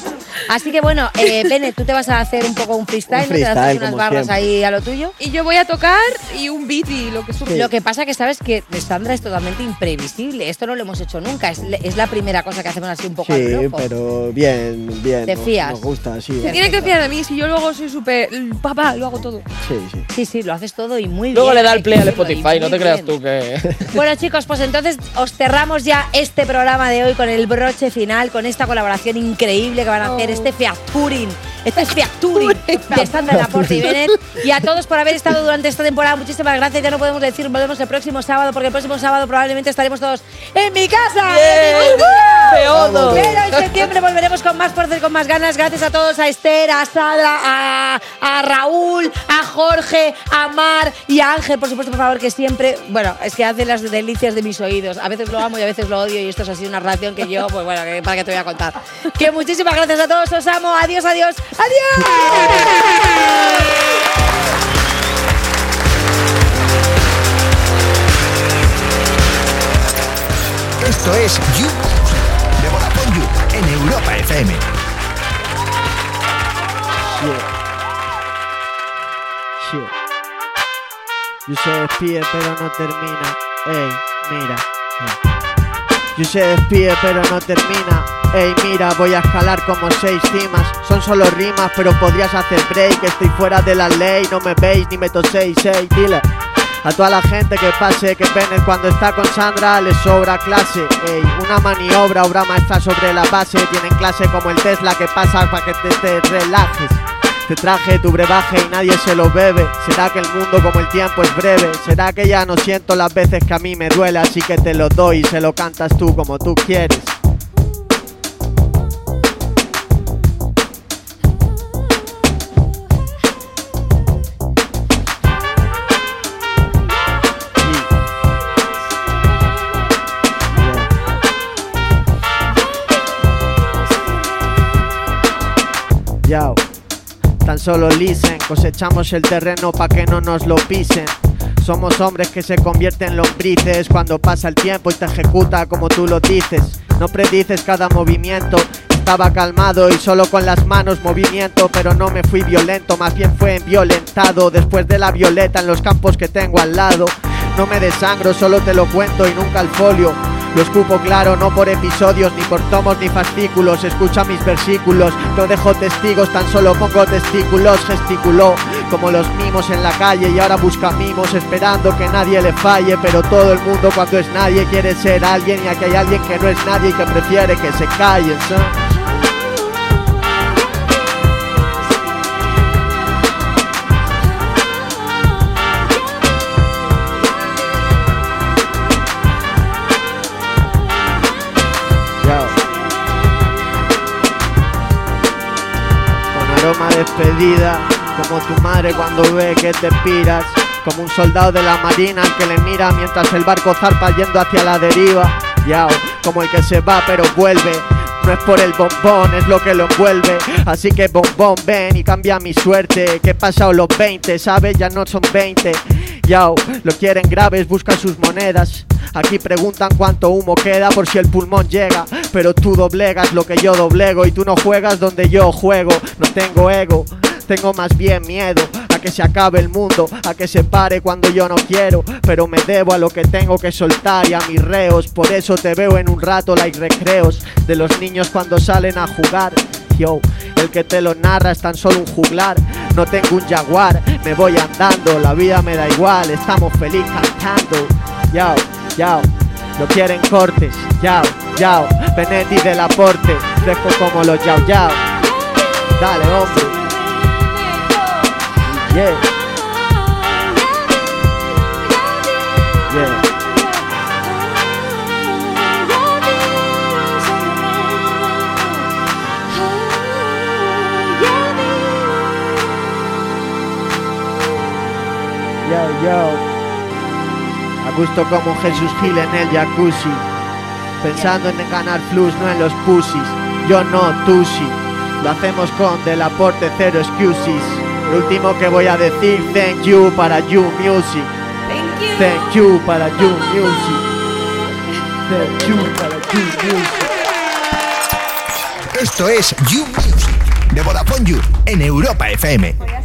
S3: Así que bueno, eh, Bene, tú te vas a hacer un poco un freestyle,
S19: Un
S3: ¿no? te vas a hacer
S19: freestyle,
S3: unas
S19: como
S3: barras
S19: siempre.
S3: ahí a lo tuyo.
S5: Y yo voy a tocar y un beat y lo que surge.
S3: Lo que pasa que sabes que Sandra es totalmente imprevisible. Esto no lo hemos hecho nunca. Es, le- es la primera cosa que hacemos así un poco
S19: Sí,
S3: al loco.
S19: pero bien, bien.
S3: ¿Te
S19: nos-
S3: fías?
S19: Nos gusta, sí.
S5: Se tiene que fiar de mí si yo luego soy súper. Papá, lo hago todo.
S19: Sí, sí.
S3: Sí, sí, lo haces todo y muy
S4: Luego
S3: bien.
S4: le da el
S3: hay
S4: play
S3: que
S4: al
S3: decirlo, y
S4: Spotify, no
S3: muy
S4: te creas
S3: bien.
S4: tú que.
S3: Bueno, chicos, pues entonces os cerramos ya este programa de hoy con el broche final, con esta colaboración increíble que van a hacer,
S5: Oh.
S3: este featuring, este featuring de Sandra Laporte y Bennett. Y a todos por haber estado durante esta temporada, muchísimas gracias. Ya no podemos decir, volvemos el próximo sábado, porque el próximo sábado probablemente estaremos todos en mi casa.
S13: Bien,
S3: ¡Woo!
S13: feodo.
S3: Pero en septiembre volveremos con más fuerza y con más ganas. Gracias a todos, a Esther, a Sandra, a, a Raúl, a Jorge, a Mar y a Ángel, por supuesto, por favor, que siempre, bueno, es que hace las delicias de mis oídos. A veces lo amo y a veces lo odio y esto es así una relación que yo, pues bueno, que- para que te voy a contar. Que muchísimas gracias a todos, os amo, adiós, adiós, adiós.
S1: Esto es You de Vodafone You en Europa FM.
S19: Shit. Yo se despide pero no termina. Ey, mira. Yo se despide pero no termina. Ey, mira, voy a escalar como seis cimas. Son solo rimas, pero podrías hacer break. Estoy fuera de la ley, no me veis ni me toséis. Ey, dile. A toda la gente que pase, que Bennett cuando está con Sandra le sobra clase. Ey, una maniobra, obra maestra sobre la base. Tienen clase como el Tesla que pasa para que te, te relajes. Te traje tu brebaje y nadie se lo bebe. Será que el mundo como el tiempo es breve. Será que ya no siento las veces que a mí me duele. Así que te lo doy y se lo cantas tú como tú quieres. Yao. Tan solo listen, cosechamos el terreno pa' que no nos lo pisen. Somos hombres que se convierten en lombrices cuando pasa el tiempo y te ejecuta como tú lo dices. No predices cada movimiento, estaba calmado y solo con las manos movimiento, pero no me fui violento, más bien fue violentado después de la violeta en los campos que tengo al lado. No me desangro, solo te lo cuento y nunca al folio. Lo escupo claro, no por episodios, ni por tomos, ni fascículos. Escucha mis versículos, no dejo testigos, tan solo pongo testículos. Gesticuló como los mimos en la calle y ahora busca mimos, esperando que nadie le falle. Pero todo el mundo, cuando es nadie, quiere ser alguien. Y aquí hay alguien que no es nadie y que prefiere que se callen, ¿sabes? Yao. Con aroma a despedida, como tu madre cuando ve que te piras, como un soldado de la marina al que le mira mientras el barco zarpa yendo hacia la deriva. Yao, como el que se va pero vuelve. No es por el bombón, es lo que lo envuelve. Así que bombón, ven y cambia mi suerte. Que he pasado los 20, ¿sabes? Ya no son 20. Yao, lo quieren graves, buscan sus monedas. Aquí preguntan cuánto humo queda por si el pulmón llega. Pero tú doblegas lo que yo doblego y tú no juegas donde yo juego. No tengo ego, tengo más bien miedo a que se acabe el mundo, a que se pare cuando yo no quiero. Pero me debo a lo que tengo que soltar y a mis reos. Por eso te veo en un rato like recreos de los niños cuando salen a jugar. Yo, el que te lo narra es tan solo un juglar. No tengo un jaguar, me voy andando, la vida me da igual, estamos feliz cantando. Yao, yao, lo quieren cortes, yao, yao, Benetti del aporte, fresco como los yao yao. Dale, hombre. Yeah. Yeah. Yo, yo. A gusto como Jesús Gil en el jacuzzi. Pensando en ganar flus, no en los pussies. Yo no, tú sí. Lo hacemos con del aporte cero excuses. Lo último que voy a decir, thank you para You Music. Thank you para You Music. Thank you para You Music.
S1: Esto es You Music de Vodafone You en Europa FM.